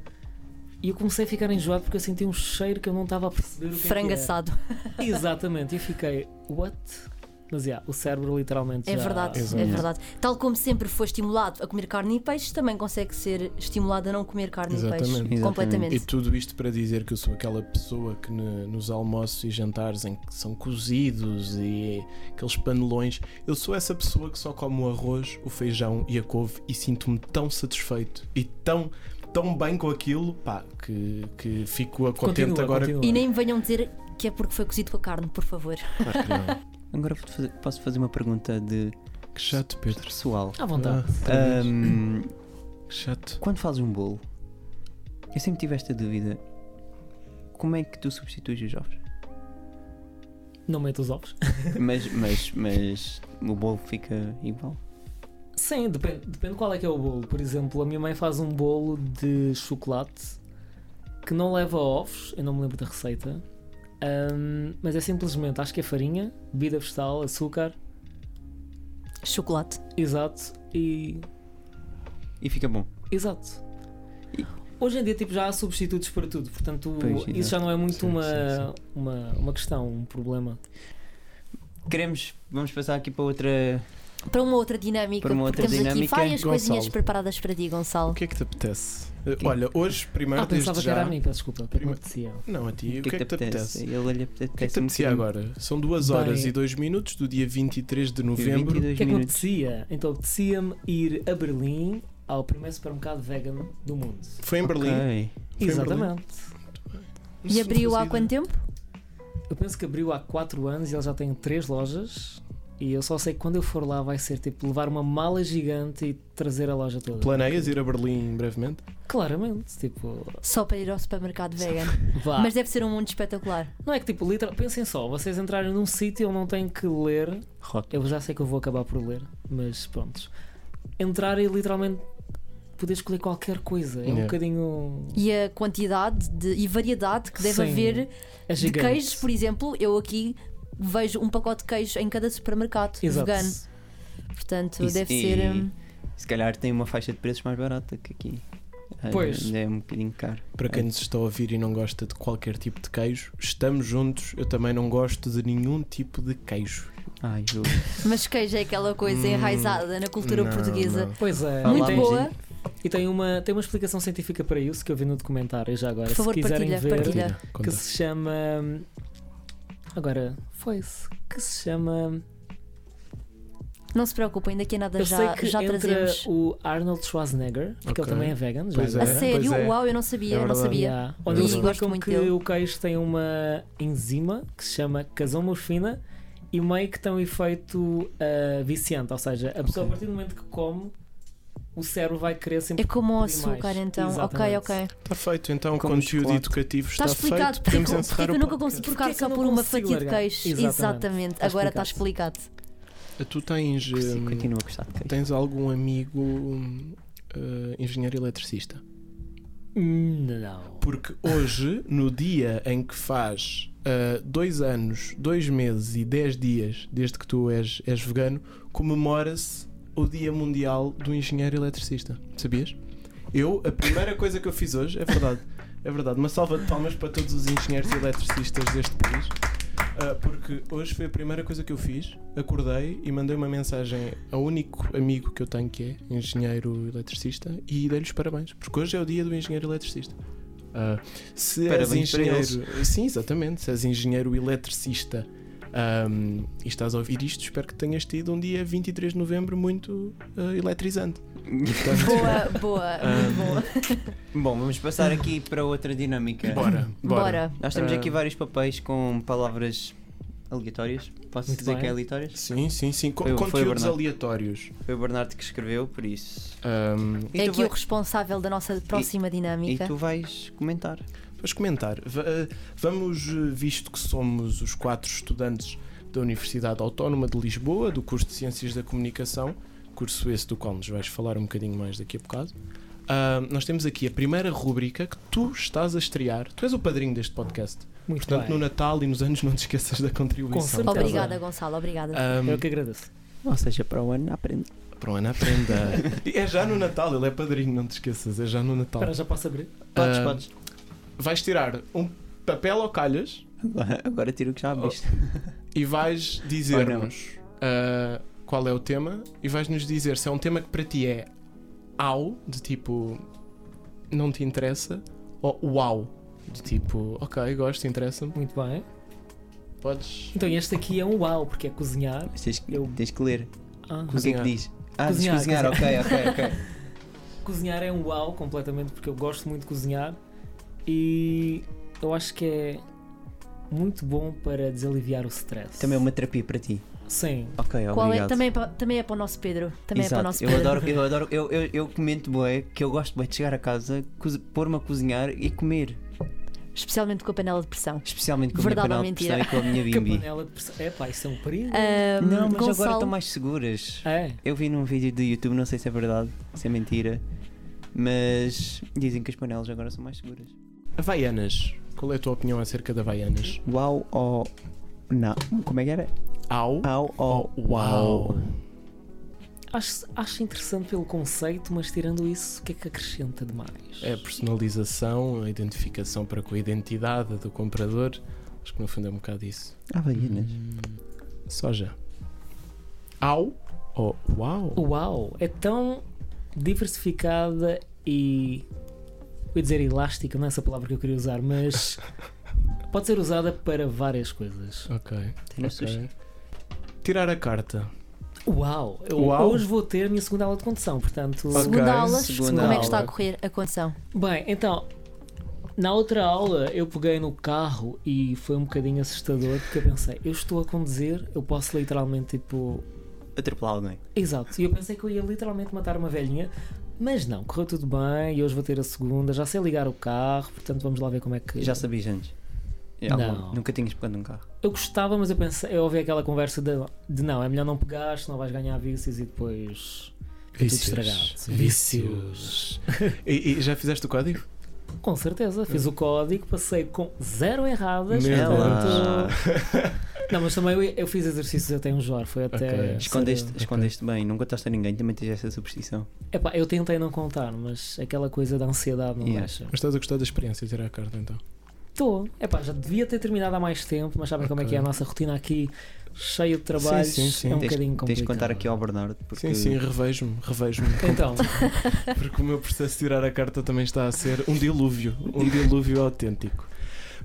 S4: e eu comecei a ficar enjoado porque eu senti um cheiro que eu não estava a perceber. O que é que
S2: Frango
S4: era.
S2: assado.
S4: Exatamente, e fiquei, what? Mas yeah, o cérebro literalmente
S2: É
S4: já-
S2: verdade, é
S1: Exato.
S2: verdade. Tal como sempre foi estimulado a comer carne e peixe, também consegue ser estimulado a não comer carne e peixe.
S1: Exatamente.
S2: Completamente.
S1: E tudo isto para dizer que eu sou aquela pessoa que ne- nos almoços e jantares em que são cozidos e aqueles panelões, eu sou essa pessoa que só come o arroz, o feijão e a couve e sinto-me tão satisfeito e tão, tão bem com aquilo, pá, que, que fico a contente
S4: Continua,
S1: agora.
S4: continua.
S2: E nem me venham dizer que é porque foi cozido com a carne, por favor.
S1: Claro que
S3: Agora vou-te fazer- posso fazer uma pergunta de
S1: não. Que chato, Pedro.
S3: pessoal.
S4: À vontade.
S1: Ah, outra vez.
S3: Ahm,
S1: que chato.
S3: quando fazes um bolo, eu sempre tive esta dúvida. Como é que tu substituis os ovos?
S4: Não mete os ovos.
S3: Mas, mas, mas o bolo fica igual.
S4: Sim, depende, depende qual é que é o bolo. Por exemplo, a minha mãe faz um bolo de chocolate que não leva ovos, eu não me lembro da receita. Ahm, mas é simplesmente, acho que é farinha, bebida vegetal, açúcar,
S2: Chocolate.
S4: exato, e.
S3: E fica bom.
S4: Exato.
S3: E-
S4: Hoje em dia tipo, já há substitutos para tudo, portanto
S3: Pois, exato.
S4: isso já não é muito
S1: Sim,
S4: uma,
S1: sim,
S4: Uma, uma questão, um problema.
S3: Queremos. Vamos passar aqui para outra
S2: para uma outra dinâmica,
S3: Para uma outra
S2: porque temos
S3: dinâmica.
S2: aqui várias coisinhas
S1: Gonçalo.
S2: preparadas para ti, Gonçalo.
S1: O que é que te apetece? Eh, Olha, hoje, primeiro,
S4: Ah,
S1: desde
S4: pensava que
S1: já...
S4: era a mim, peço desculpa, que não
S1: Prima-
S4: apetecia.
S1: Não, a ti. O que, é que te apetece?
S3: Ele lhe
S1: O que é que te
S3: apetece um
S1: apetecia
S3: bocadinho.
S1: agora? São 2 horas
S4: Bem.
S1: e 2 minutos do dia 23 de
S3: Tive
S1: novembro.
S3: 22
S4: O que é que me
S3: minutos.
S4: apetecia? Então apetecia-me ir a Berlim ao primeiro supermercado vegan do mundo.
S1: Foi em Berlim.
S3: Ok.
S1: Foi em Berlim.
S4: Exatamente.
S1: Não
S2: E
S1: se
S2: abriu há
S1: fazia
S2: quanto
S1: ideia.
S2: tempo?
S4: Eu penso que abriu há 4 anos e eles já têm 3 lojas. E eu só sei que quando eu for lá vai ser tipo levar uma mala gigante e trazer a loja toda.
S1: Planeias ir a Berlim brevemente?
S4: Claramente, tipo,
S2: Só para ir ao supermercado vegan.
S4: vá.
S2: Mas deve ser um mundo espetacular.
S4: Não é que tipo, literal, pensem só, vocês entrarem num sítio onde não têm que ler. Eu já sei que eu vou acabar por ler, mas pronto. Entrar e literalmente poder escolher qualquer coisa. É
S1: Yeah.
S4: um bocadinho.
S2: E a quantidade de- e variedade que deve
S4: Sim,
S2: haver
S4: É
S2: de
S4: gigante.
S2: queijos, por exemplo, eu aqui vejo um pacote de queijo em cada supermercado
S4: Exato.
S2: vegano. Portanto,
S3: Isso,
S2: deve
S3: e-
S2: ser. hum,
S3: Se calhar tem uma faixa de preços mais barata que aqui. Ah,
S4: Pois.
S3: ainda É um bocadinho caro.
S1: Para quem nos está a ouvir e não gosta de qualquer tipo de queijo, estamos juntos. Eu também não gosto de nenhum tipo de queijo.
S3: Ai, eu...
S2: Mas queijo é aquela coisa
S1: Hum,
S2: enraizada na cultura
S1: Não,
S2: portuguesa.
S1: não.
S4: Pois é.
S3: Falámos
S2: Muito
S4: tem-
S2: boa.
S4: E tem uma, tem uma explicação científica para isso que eu vi no documentário já agora.
S2: Por favor,
S4: se quiserem
S2: partilha,
S4: ver,
S2: partilha.
S1: Conta.
S4: que se chama. Agora, foi-se. Que se chama.
S2: Não se preocupem, daqui a nada
S4: eu sei
S2: já,
S4: que
S2: já
S4: entra
S2: trazemos.
S4: o Arnold Schwarzenegger, porque
S1: Ok.
S4: ele também é vegan, já
S1: Pois
S2: A
S1: É,
S4: agora.
S2: sério?
S1: pois é.
S2: Uau, eu não sabia,
S1: É
S2: eu não
S1: verdade.
S2: sabia.
S4: Yeah. Onde eles
S1: E
S2: gosto
S4: explicam
S2: muito
S4: que
S2: dele.
S4: o queijo tem uma enzima que se chama casomorfina e meio que tem um efeito ah, viciante, ou seja, a pessoa a partir do momento que come, o cérebro vai querer sempre.
S2: É como o
S4: pedir
S2: açúcar,
S4: mais.
S2: então.
S4: Exatamente.
S2: Ok, ok.
S1: Está feito, então, o
S3: Como
S1: conteúdo
S3: chocolate.
S1: educativo está,
S2: Está explicado
S1: feito.
S2: porque,
S1: Podemos
S2: porque
S1: encerrar
S2: eu
S1: o
S2: nunca
S1: podcast.
S2: consigo trocar
S4: Porquê
S2: só
S4: que eu
S2: por
S4: não
S2: uma
S4: consigo
S2: fatia de
S4: largar?
S2: queijo. Exatamente.
S4: Exatamente. Está
S2: Agora está
S4: explicado.
S2: explicado.
S1: Tu tens,
S3: Sim,
S1: hum,
S3: continuo a gostar de queijo.
S1: tens algum amigo hum, eh, engenheiro eletricista?
S4: Hum, Não.
S1: Porque hoje, no dia em que faz ah, dois anos, dois meses e dez dias desde que tu és, és vegano, comemora-se o Dia Mundial do Engenheiro Eletricista. Sabias? Eu, a primeira coisa que eu fiz hoje, é verdade, é verdade, uma salva de palmas para todos os engenheiros eletricistas deste país. ah, porque hoje foi a primeira coisa que eu fiz. Acordei e mandei uma mensagem ao único amigo que eu tenho que é engenheiro eletricista e dei-lhe os parabéns, porque hoje é o dia do engenheiro eletricista. Ah, se
S3: Parabéns
S1: és
S3: para
S1: engenheiro, sim, exatamente, se és engenheiro eletricista ahm, e estás a ouvir isto, espero que tenhas tido um dia 23 de novembro muito ah, eletrizante. Portanto,
S2: Boa, boa, muito boa.
S3: Bom, vamos passar aqui para outra dinâmica.
S1: Bora, bora.
S2: Bora.
S3: Nós temos
S1: Ah.
S3: aqui vários papéis com palavras aleatórias. Posso
S4: Muito
S3: dizer
S4: bem.
S3: que é aleatórias?
S1: Sim, sim, sim. Co-
S3: Foi- foi
S1: conteúdos
S3: Bernardo.
S1: aleatórios.
S3: Foi o Bernardo que escreveu, por isso.
S1: Ahm,
S3: E
S2: é
S3: tu
S2: aqui
S3: vai-
S2: o responsável da nossa próxima
S3: E
S2: dinâmica.
S3: tu vais comentar.
S1: Vamos comentar. Va- eh, Vamos, eh, visto que somos os quatro estudantes da Universidade Autónoma de Lisboa, do curso de Ciências da Comunicação, curso esse do qual nos vais falar um bocadinho mais daqui a bocado, ah, nós temos aqui a primeira rúbrica que tu estás a estrear. Tu és o padrinho deste podcast.
S4: Muito
S1: Portanto, no
S4: bem.
S1: Natal e nos anos não te esqueças da
S4: Com
S1: contribuição.
S4: certeza.
S2: Obrigada, Gonçalo, obrigada.
S1: Ah,
S4: Eu que agradeço.
S3: Ou seja, para o ano aprende.
S1: para o ano aprenda. é já no Natal, ele é padrinho, não te esqueças. É já no Natal.
S4: Espera, já posso abrir?
S3: Podes,
S1: Ah,
S3: podes.
S1: Vais tirar um papel ou calhas
S3: Agora, agora tiro o que já abriste.
S1: e vais dizer-nos ah, qual é o tema e vais-nos dizer se é um tema que para ti é au, de tipo não te interessa, ou uau, de tipo ok, gosto, interessa-me.
S4: Muito bem.
S1: Podes.
S4: Então este aqui é um uau, porque é cozinhar.
S3: Mas Tens, que-
S4: Eu-
S3: tens que ler. O que
S4: Ah,
S3: é que
S1: Cozinhar.
S3: diz? Ah,
S4: Cozinhar,
S3: diz cozinhar, ok, ok, ok.
S4: cozinhar é um uau completamente, porque eu gosto muito de cozinhar e eu acho que é muito bom para desaliviar o stress.
S3: Também é uma terapia para ti.
S4: Sim.
S3: Ok,
S2: Qual é,
S3: Ah, obrigado.
S2: também, é pa- também é para o nosso Pedro. Também é para o nosso
S3: eu
S2: Pedro.
S3: adoro, eu adoro, eu, eu, eu comento bué que eu gosto bué de chegar a casa, coze- pôr-me a cozinhar e comer,
S2: Especialmente com a panela de pressão.
S3: especialmente com
S2: Verdade
S3: a
S2: ou
S3: minha panela de pressão
S2: mentira?
S3: e com a minha
S4: Que a
S3: bimbi.
S4: panela de pressão. É pá, isso é um perigo.
S2: Ah,
S3: Não, mas agora
S2: Gonçalo,
S3: estão mais seguras.
S4: É.
S3: Eu vi num vídeo do YouTube, não sei se é verdade, se é mentira, mas dizem que as panelas agora são mais seguras.
S1: Havaianas. Qual é a tua opinião acerca de Havaianas?
S3: Uau, ó. Não, como é que era?
S1: Au,
S3: Au, ó.
S1: ou uau.
S4: Acho, acho interessante pelo conceito, mas tirando isso, o que é que acrescenta de mais?
S1: É a personalização, a identificação para com a identidade do comprador. Acho
S3: Ah, Uhum.
S1: que no fundo é um bocado isso.
S3: Havaianas.
S1: Soja. Au, Oh, uau!
S4: Uau! É tão diversificada e. Eu ia dizer elástica, não é essa palavra que eu queria usar, mas. pode ser usada para várias coisas.
S1: Ok.
S3: Tenho
S1: ok.
S3: sushi.
S1: Tirar a carta.
S4: Uau! Eu
S1: Uau.
S4: hoje vou ter a minha segunda aula de condução, portanto.
S1: Ok.
S2: Segunda aula,
S3: segunda
S2: como é que está a
S4: aula.
S2: correr a condição?
S4: Bem, então. Na outra aula eu peguei no carro e foi um bocadinho assustador porque eu pensei, eu estou a conduzir, eu posso literalmente tipo.
S3: Atropelar alguém.
S4: Exato, e eu pensei que eu ia literalmente matar uma velhinha, mas não, correu tudo bem e hoje vou ter a segunda, já sei ligar o carro, portanto vamos lá ver como é que.
S3: Já sabias antes?
S4: Não.
S3: bom, Nunca tinhas pegado um carro.
S4: Eu gostava, mas eu pensei, eu ouvi aquela conversa de, de não, é melhor não pegar, senão vais ganhar vícios e depois. estragado. Sim.
S1: Vícios. e, e já fizeste o código?
S4: Com certeza, fiz o código, passei com zero erradas,
S1: Meu
S4: portanto. Não, mas também eu, eu fiz exercícios até um Jor, foi até.
S1: Ok.
S3: Escondeste,
S4: sério.
S3: escondeste bem, não contaste a ninguém, também tens essa superstição.
S4: Epá, eu tentei não contar, mas aquela coisa da ansiedade não
S3: Yeah.
S4: deixa.
S1: Mas estás a gostar da experiência de tirar a carta então?
S4: Estou. Epá, já devia ter terminado há mais tempo, mas sabem como é
S1: Ok.
S4: que é a nossa rotina aqui, cheia de trabalhos,
S1: Sim, sim, sim.
S4: é um
S3: tens,
S4: bocadinho complicado.
S3: tens de contar aqui ao Bernardo.
S1: Sim,
S3: Porque
S1: sim, revejo-me, revejo-me.
S4: Então,
S1: Porque o meu processo de tirar a carta também está a ser um dilúvio, um dilúvio autêntico.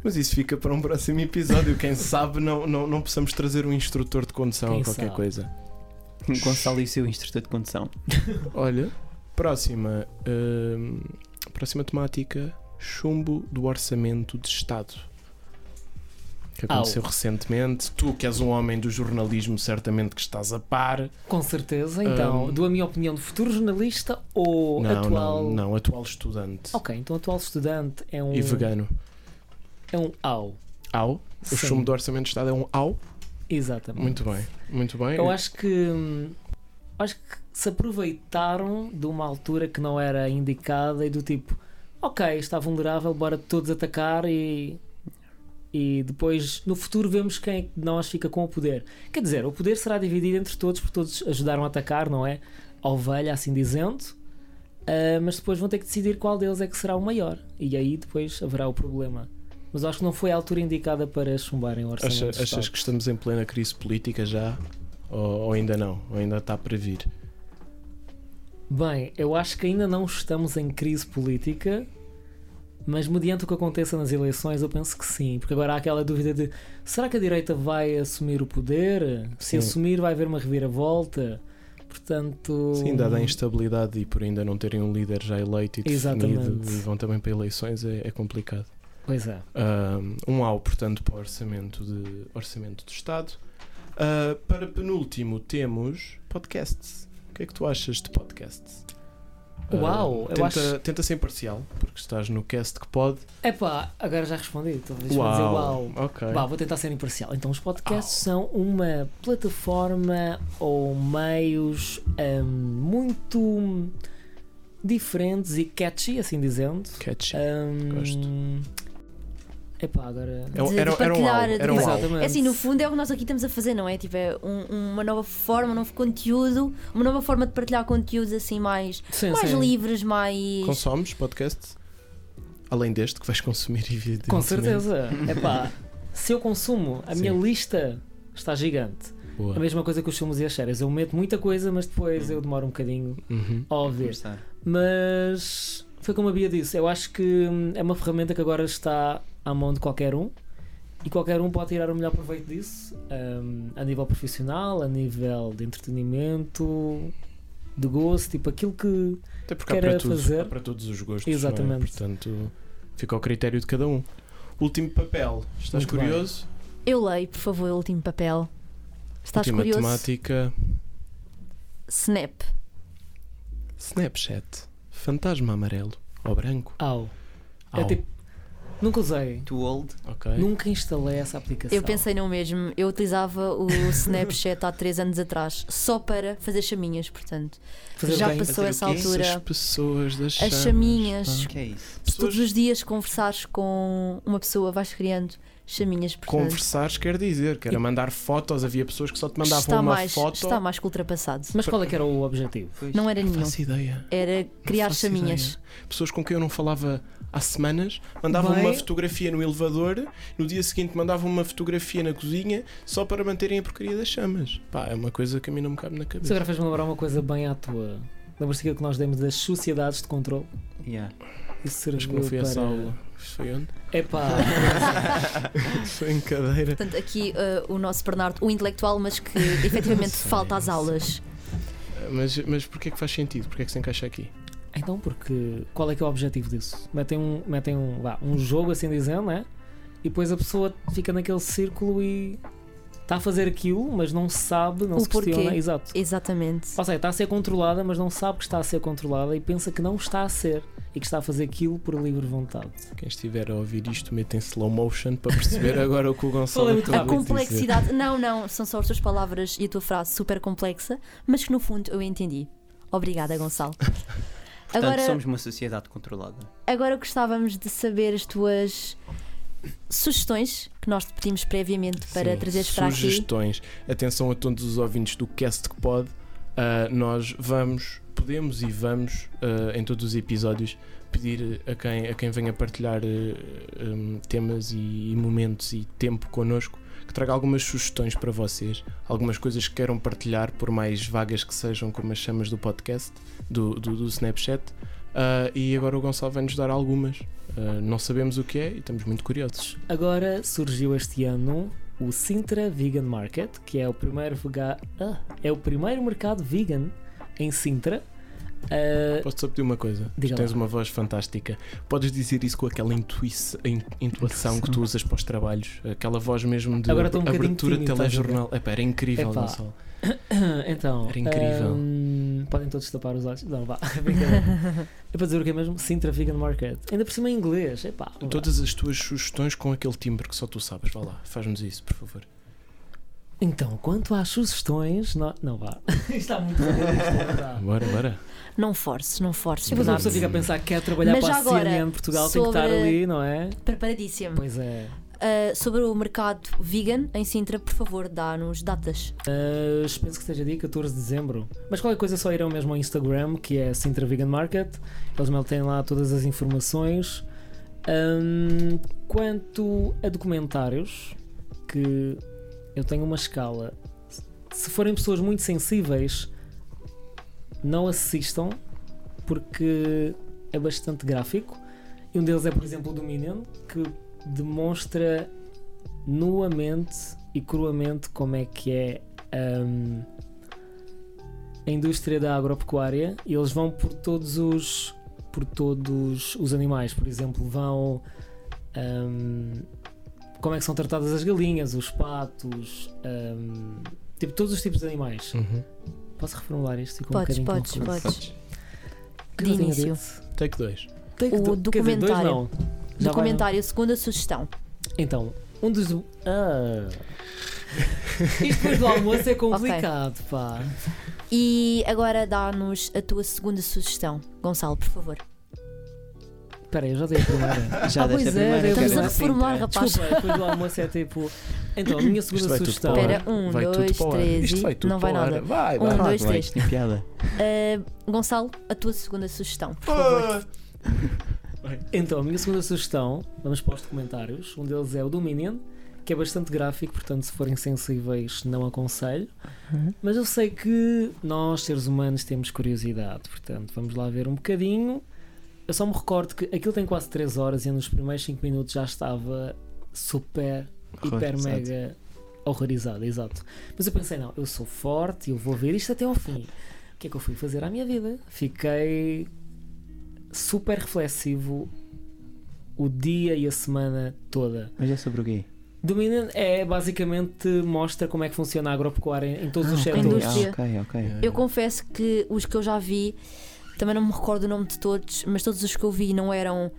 S1: Mas isso fica para um próximo episódio. Quem sabe não, não, não possamos trazer um instrutor de condução
S4: Quem
S1: ou qualquer
S4: sabe?
S1: coisa.
S3: o Gonçalo e o seu instrutor de condução.
S1: Olha, próxima. hum, próxima temática: chumbo do orçamento de Estado. Que
S4: Au.
S1: aconteceu recentemente. Tu, que és um homem do jornalismo, certamente que estás a par.
S4: com certeza, então,
S1: Ahm.
S4: dou a minha opinião de futuro jornalista ou
S1: Um, não,
S4: atual.
S1: não, não, atual estudante
S4: Ok, então atual estudante é um.
S1: e vegano.
S4: É um au.
S1: Au. O
S4: Sim,
S1: chumbo do orçamento de Estado é um au.
S4: Exatamente.
S1: Muito bem, muito bem.
S4: Eu acho que hum, acho que se aproveitaram de uma altura que não era indicada e do tipo, ok, está vulnerável, bora todos atacar e e depois no futuro vemos quem é que de nós fica com o poder. Quer dizer, o poder será dividido entre todos porque todos ajudaram a atacar, não é? A ovelha, assim dizendo. Ah, mas depois vão ter que decidir qual deles é que será o maior. E aí depois haverá o problema. Mas acho que não foi a altura indicada para chumbarem o orçamento.
S1: Acha-
S4: de Estado.
S1: achas que estamos em plena crise política já? Ou, ou ainda não? Ou ainda está para vir?
S4: Bem, eu acho que ainda não estamos em crise política, mas mediante o que aconteça nas eleições, eu penso que sim, porque agora há aquela dúvida de será que a direita vai assumir o poder?
S1: Sim.
S4: Se assumir, vai haver uma reviravolta. Portanto,
S1: Sim, dada a instabilidade e por ainda não terem um líder já eleito e definido
S4: Exatamente.
S1: e vão também para eleições, é, é complicado.
S4: Pois é.
S1: Ahm, um ao, portanto, para o orçamento, de, orçamento do Estado. Ah, para penúltimo, temos podcasts. O que é que tu achas de podcasts? Ah,
S4: Uau, eu
S1: tenta,
S4: acho-
S1: tenta ser imparcial, porque estás no cast que pode.
S4: Epá, agora já respondi, talvez vou dizer uau.
S1: Ok. Ah.
S4: Bah, vou tentar ser imparcial. Então, os podcasts são uma plataforma ou meios hum, muito diferentes e catchy, assim dizendo.
S1: Catchy.
S4: Hum,
S1: Gosto.
S4: Epá, agora.
S1: É um-
S2: de- de
S1: era, era um ao,
S2: partilhar, de-
S1: era um ao.
S4: Exatamente.
S2: É assim, no fundo é o que nós aqui estamos a fazer, não é? Tipo, é um- uma nova forma, um novo conteúdo, uma nova forma de partilhar conteúdos assim mais,
S4: Sim,
S2: mais
S4: sim.
S2: livres, mais.
S1: Consomes podcast? Além deste que vais consumir, evidentemente.
S4: Com certeza. Epá, se eu consumo, a
S1: Sim.
S4: minha lista está gigante.
S1: Boa. Hum.
S4: A mesma coisa que os filmes e as séries. Eu meto muita coisa, mas depois eu demoro um bocadinho
S1: Uhum.
S4: a ouvir.
S3: Conversar.
S4: Mas foi como a Bia disse, eu acho que hum, é uma ferramenta que agora está à mão de qualquer um e qualquer um pode tirar o melhor proveito disso hum, a nível profissional, a nível de entretenimento, de gosto, tipo aquilo que.
S1: Até porque há
S4: queira
S1: para, todos,
S4: fazer.
S1: há para todos os gostos.
S4: Exatamente.
S1: não é? Portanto, fica ao critério de cada um. Último papel. Estás
S4: Muito
S1: curioso?
S2: Eu leio, por favor, o último papel. Estás
S1: Última
S2: curioso?
S1: temática:
S2: Snap.
S1: Snapchat. Fantasma amarelo ou branco.
S4: Au. É
S1: Au.
S4: tipo, nunca usei,
S3: Too old.
S1: Ok.
S4: nunca instalei essa aplicação.
S2: Eu pensei no mesmo. Eu utilizava o Snapchat há 3 anos atrás, só para fazer chaminhas, portanto.
S4: Fazer
S2: já
S4: bem.
S2: passou
S3: Fazer o
S2: essa
S3: quê?
S1: Essas
S2: altura.
S1: pessoas das
S2: As
S1: chamas,
S2: chaminhas.
S1: pá.
S3: que é isso?
S2: Se todos
S1: Pessoas-
S2: os dias conversares com uma pessoa, vais criando chaminhas, portanto.
S1: Conversares quer dizer, que era mandar fotos. Havia pessoas que só te mandavam
S2: está
S1: uma
S2: mais,
S1: foto.
S2: Está mais que ultrapassado.
S4: Mas qual é que era o objetivo?
S3: Pois.
S2: Não era
S1: Não
S2: nenhum.
S1: faço ideia.
S2: Era criar
S1: faço
S2: chaminhas.
S1: Pessoas com quem eu não falava há semanas, mandava
S4: Bem-
S1: uma fotografia no elevador, no dia seguinte mandava uma fotografia na cozinha, só para manterem a porcaria das chamas. Pá, é uma coisa que a mim não me cabe na
S4: Isso
S1: cabeça.
S4: agora fez-me lembrar uma coisa bem à tua. Lembras-te daquilo que nós demos das sociedades de controle?
S3: Yeah.
S4: Isso
S1: Acho que não
S4: serviu
S1: fui a essa aula.
S4: para.
S1: Isto Foi onde?
S4: Epá,
S1: Foi em cadeira.
S2: Portanto, aqui eh, o nosso Bernardo, o intelectual, mas que efetivamente
S1: sei,
S2: falta às
S1: não sei.
S2: aulas.
S1: Mas, mas porquê é que faz sentido? Porquê é que se encaixa aqui?
S4: então porque qual é que é o objetivo disso? Metem um, metem um, vá, um jogo assim dizendo, né? E depois a pessoa fica naquele círculo e está a fazer aquilo, mas não sabe, não
S2: O
S4: se questiona.
S2: porquê.
S4: Exato.
S2: Exatamente.
S4: Ou seja, está a ser controlada, mas não sabe que está a ser controlada e pensa que não está a ser e que está a fazer aquilo por livre vontade.
S1: Quem estiver a ouvir isto, mete em slow motion para perceber agora o que o Gonçalo
S4: Falei muito
S1: acabou
S2: A
S1: de dizer.
S2: complexidade. Não, não, são só as tuas palavras e a tua frase super complexa, mas que no fundo eu entendi. Obrigada, Gonçalo.
S3: Portanto,
S2: Agora,
S3: somos uma sociedade controlada.
S2: agora gostávamos de saber as tuas sugestões que nós te pedimos previamente para
S1: Sim,
S2: trazeres para aqui.
S1: sugestões. Atenção a todos os ouvintes do Cast que pode. Ah, nós vamos, podemos e vamos ah, em todos os episódios pedir a quem, a quem venha partilhar ah, hum, temas e, e momentos e tempo connosco que traga algumas sugestões para vocês, algumas coisas que queiram partilhar, por mais vagas que sejam, como as chamas do podcast, do, do, do Snapchat. Ah, e agora o Gonçalo vai nos dar algumas. Ah, não sabemos o que é e estamos muito curiosos.
S4: Agora surgiu este ano o Sintra Vegan Market, que é o primeiro, vega... ah, é o primeiro mercado vegan em Sintra. Ah,
S1: Posso só pedir uma coisa?
S4: Diga
S1: Tens
S4: lá.
S1: uma voz fantástica. Podes dizer isso com aquela intuição, intuação que tu usas para os trabalhos, aquela voz mesmo de
S4: Agora estou um bocadinho
S1: abertura de
S4: tímido, estás a ver?
S1: telejornal. É, era incrível,
S4: Epá.
S1: Gonçalo.
S4: então,
S1: Era incrível.
S4: ah, podem todos tapar os olhos. Não, vá, brincadeira. É para dizer o que é mesmo? Sintra Vegan Market. Ainda por cima em inglês. Epá, vá.
S1: Todas as tuas sugestões com aquele timbre que só tu sabes. Vá lá, faz-nos isso, por favor.
S4: Então, quanto às sugestões. Não, não vá. Isto está muito isto não dá.
S1: Bora, bora.
S2: Não forces, não forces.
S4: E depois uma
S2: Bernardo.
S4: pessoa fica a pensar que quer trabalhar
S2: Mas
S4: para
S2: já
S4: a
S2: agora,
S4: CNN Portugal, tem que estar
S2: sobre-
S4: ali, não é?
S2: Preparadíssimo.
S4: Pois é.
S2: Ah, sobre o mercado vegan em Sintra, por favor, dá-nos datas.
S4: Mas penso que seja dia 14 de dezembro. Mas qualquer coisa é só irão mesmo ao Instagram, que é Sintra Vegan Market. Eles mesmo têm lá todas as informações. Ahm, quanto a documentários, que eu tenho uma escala. Se forem pessoas muito sensíveis, não assistam, porque é bastante gráfico. E um deles é, por exemplo, o Dominion, que demonstra nuamente e cruamente como é que é hum, a indústria da agropecuária e eles vão por todos os por todos os animais por exemplo vão hum, como é que são tratadas as galinhas os patos hum, tipo todos os tipos de animais
S1: Uhum.
S4: posso reformular isto Ficou
S2: Podes,
S4: um bocadinho
S2: podes,
S4: confuso.
S2: podes.
S4: O que eu
S2: De
S4: tinha
S2: início.
S4: dito?
S1: Take 2.
S4: Tem que
S2: O
S4: do- quer dizer, dois
S2: documentário.
S4: não. Já vai no-
S2: Documentário, segunda sugestão.
S4: Então, um dos. Ah. Isto depois do almoço é complicado, pá.
S2: E agora dá-nos a tua segunda sugestão, Gonçalo, por favor.
S4: Espera aí, eu já dei a primeira.
S3: Já
S4: Ah,
S3: desta
S4: pois é,
S3: primeira.
S4: estamos
S3: quero
S4: a
S3: uma cinta.
S2: reformular, rapaz.
S4: Desculpa, depois do almoço é tipo. Então, a minha
S1: Isto
S4: segunda
S1: vai
S4: sugestão.
S1: tudo para o
S2: Espera,
S1: ar.
S2: um,
S1: vai
S2: dois,
S1: tudo para o ar.
S2: três
S1: Isto
S2: e-
S1: vai tudo
S2: não
S1: para
S2: vai
S1: o ar.
S2: nada.
S1: Vai,
S2: Um,
S1: vai.
S2: dois,
S3: Claro, vai,
S2: três.
S3: isto tem piada.
S2: Ah, Gonçalo, a tua segunda sugestão, por favor.
S4: Então, a minha segunda sugestão, vamos para os documentários. Um deles é o Dominion, que é bastante gráfico, portanto, se forem sensíveis, não aconselho. Mas eu sei que nós, seres humanos, temos curiosidade, portanto, vamos lá ver um bocadinho. Eu só me recordo que aquilo tem quase 3 horas e eu nos primeiros 5 minutos já estava super, hiper,
S3: Horrorizado.
S4: mega horrorizado, exato. Mas eu pensei, não, eu sou forte, eu vou ver isto até ao fim. O que é que eu fui fazer à minha vida? Fiquei super reflexivo o dia e a semana toda.
S3: Mas é sobre o quê?
S4: Dominion é basicamente mostra como é que funciona a agropecuária em todos
S3: Ah,
S4: os
S3: ok,
S4: setores.
S2: Indústria.
S3: Ah, ok, ok.
S2: Eu confesso que os que eu já vi, também não me recordo o nome de todos, mas todos os que eu vi não eram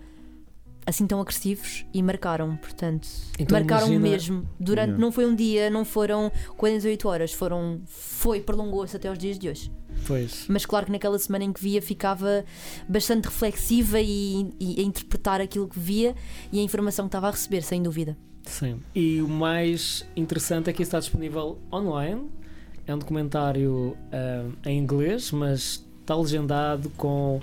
S2: assim tão agressivos e marcaram, portanto,
S4: Então
S2: marcaram
S4: imagina-
S2: mesmo. Durante
S3: Yeah.
S2: não foi um dia, não foram 48 horas, foram foi prolongou-se até aos dias de hoje.
S4: Pois.
S2: Mas claro que naquela semana em que via ficava bastante reflexiva e, e a interpretar aquilo que via e a informação que estava a receber, sem dúvida.
S4: Sim. E o mais interessante é que isso está disponível online. É um documentário ah, em inglês, mas está legendado com,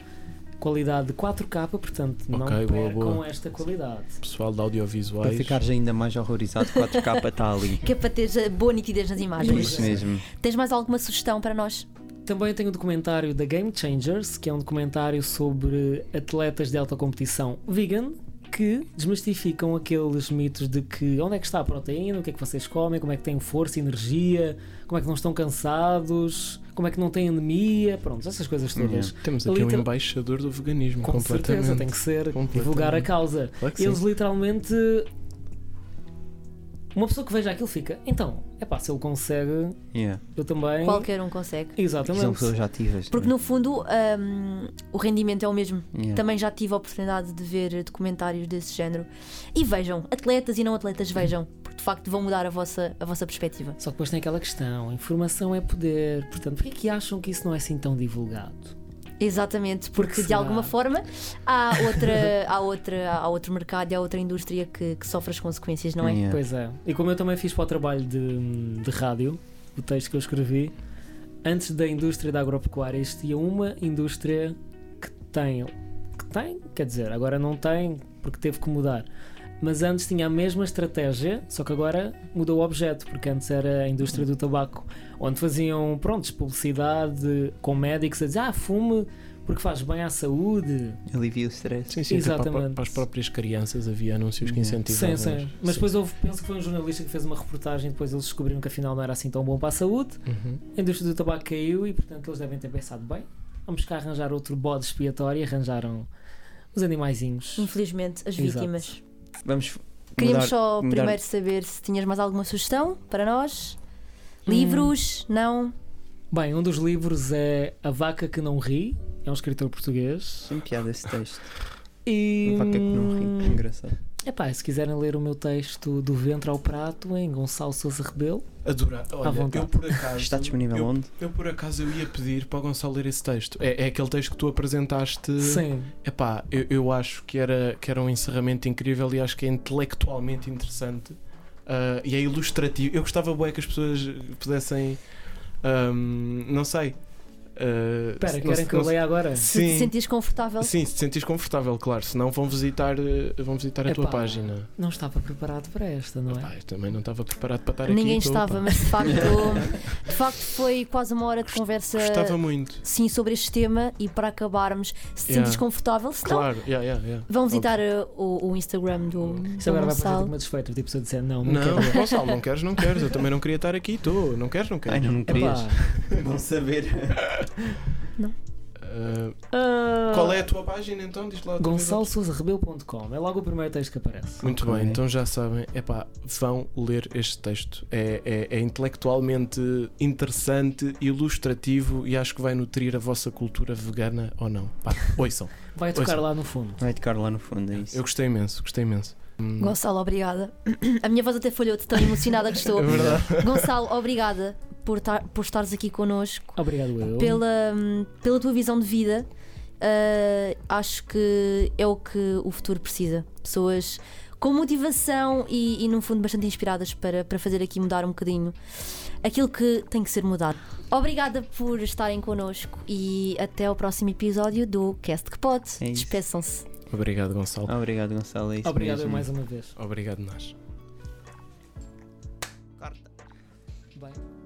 S4: qualidade de 4K, portanto, não
S1: Ok, boa,
S4: percam
S1: boa.
S4: esta qualidade.
S1: Pessoal de
S3: Para
S1: audiovisuais.
S3: ficares ainda mais horrorizado, 4K está tá ali.
S2: Que é para teres a boa nitidez nas
S3: Por
S2: imagens.
S3: isso mesmo.
S2: Tens mais alguma sugestão para nós?
S4: Também tem o documentário da Game Changers, que é um documentário sobre atletas de alta competição vegan que desmistificam aqueles mitos de que onde é que está a proteína, o que é que vocês comem, como é que têm força, energia, como é que não estão cansados, como é que não têm anemia, pronto, essas coisas todas.
S1: Temos aqui
S4: Literal-
S1: um embaixador do veganismo,
S4: Com
S1: completamente.
S4: certeza, tem que ser
S1: Completamente.
S4: divulgar a causa.
S1: Claro que
S4: Eles
S1: sim.
S4: literalmente. Uma pessoa que veja aquilo fica, então, é pá, se ele consegue,
S3: Yeah.
S4: eu também.
S2: Qualquer um consegue.
S1: é
S4: Exatamente.
S3: São pessoas ativas.
S2: Porque
S3: né?
S2: no fundo hum, o rendimento é o mesmo.
S3: Yeah.
S2: Também já tive a oportunidade de ver documentários desse género. E vejam, atletas e não atletas, vejam, porque de facto vão mudar a vossa, a vossa perspectiva.
S4: Só que depois tem aquela questão: informação é poder. Portanto, porquê que acham que isso não é assim tão divulgado?
S2: Exatamente, porque,
S4: Porque
S2: de
S4: será?
S2: alguma forma há, outra, há, outra, há outro mercado e há outra indústria que, que sofre as consequências, não é?
S3: Yeah.
S4: Pois é. E como eu também fiz para o trabalho de, de rádio, o texto que eu escrevi, antes da indústria da agropecuária existia uma indústria que tem. que tem, quer dizer, agora não tem, porque teve que mudar. Mas antes tinha a mesma estratégia, só que agora mudou o objeto, porque antes era a indústria do tabaco, onde faziam, prontos, publicidade com médicos a dizer, ah, fume porque faz bem à saúde.
S3: Alivia o stress.
S1: Sim, sim, até para- Para,
S4: Exatamente.
S1: para as próprias crianças havia anúncios que
S3: Uhum.
S1: incentivavam.
S4: Sim, sim.
S1: as-
S4: Mas depois houve, penso que foi um jornalista que fez uma reportagem, depois eles descobriram que afinal não era assim tão bom para a saúde.
S1: Uhum.
S4: A indústria do tabaco caiu e, portanto, eles devem ter pensado bem. Vamos cá arranjar outro bode expiatório e arranjaram os
S2: Um
S4: animaizinhos.
S2: Infelizmente, as
S4: Exato.
S2: vítimas.
S3: Vamos
S2: Queríamos
S3: mudar-
S2: só
S3: mudar-
S2: primeiro saber se tinhas mais alguma sugestão para nós.
S1: Hum.
S2: Livros? Não?
S4: Hum. Bem, um dos livros é A Vaca que Não Ri, é um escritor português.
S3: Sem piada esse texto.
S4: E.
S3: Uma vaca que não
S4: Hum.
S3: ri. Engraçado.
S4: Epá, se quiserem ler o meu texto do ventre ao prato em Gonçalo Sousa Rebelo,
S1: Adorar.
S4: À
S1: Olha,
S4: vontade.
S1: eu por acaso.
S3: Está disponível
S1: eu,
S3: onde?
S1: eu por acaso eu ia pedir para o Gonçalo ler esse texto. É, é aquele texto que tu
S3: Eh,
S1: apresentaste.
S4: sim,
S1: Epá, eu, eu acho que era, que era um encerramento incrível e acho que é intelectualmente interessante ah, e é ilustrativo. Eu gostava bué que as pessoas pudessem. ahm, não sei. ah,
S4: espera,
S1: não
S4: querem
S1: se-
S4: que eu
S1: não se-
S4: leia agora?
S2: Se te
S1: Sim,
S2: sentires confortável?
S1: sim, se te sentires confortável, claro. Senão vão visitar, ah, vão visitar a tua
S4: Epá,
S1: página.
S4: Não estava preparado para esta, não é?
S1: Epá, eu também não estava preparado para estar
S2: Ninguém
S1: aqui. então,
S2: estava,
S1: pá,
S2: mas de facto, de facto foi quase uma hora de conversa
S4: eh,
S1: Gostava muito.
S2: sim sobre este tema e para acabarmos, se te
S1: Yeah.
S2: sentes confortável, se não,
S1: Claro, yeah, yeah, yeah.
S2: vão visitar uh, o, o Instagram do,
S4: Isto
S2: do
S4: agora vai parecer
S2: Gonçalo.
S4: tipo uma desfeita, tipo se eu disser não, não, quero.
S1: Não, Gonçalo, não queres, não queres. Eu também não queria estar aqui, estou. Não queres, não
S3: Ai,
S1: queres.
S3: não, não
S4: Epá,
S3: querias. Bom saber.
S1: Ah,
S4: ah,
S1: qual é a tua página então? Diz lá. outra vez.
S4: Gonçalo Sousa Rebelo.com é logo o primeiro texto que aparece.
S1: Muito
S3: Ok.
S1: bem, então já sabem, epá, vão ler este texto. É, é, é intelectualmente interessante, ilustrativo e acho que vai nutrir a vossa cultura vegana ou não. Pá, ouçam.
S4: Vai tocar
S1: Ouça.
S4: lá no fundo.
S3: Vai tocar lá no fundo, é isso.
S1: Eu gostei imenso, gostei imenso. Hum,
S2: Gonçalo, obrigada. A minha voz até falhou de tão emocionada que estou.
S1: É verdade.
S2: Gonçalo, obrigada por, tar- por estares aqui connosco.
S4: Obrigado eu.
S2: pela, hum, pela tua visão de vida, ah, acho que é o que o futuro precisa. Pessoas com motivação e, e, no fundo, bastante inspiradas para, para fazer aqui mudar um bocadinho aquilo que tem que ser mudado. Obrigada por estarem connosco e até ao próximo episódio do Cast que Pode.
S3: É isso.
S2: Despeçam-se.
S1: Obrigado, Gonçalo.
S3: Obrigado, Gonçalo. É isso
S4: Obrigado eu
S3: mesmo.
S4: mais uma vez.
S1: Obrigado, Nas.
S4: Bem.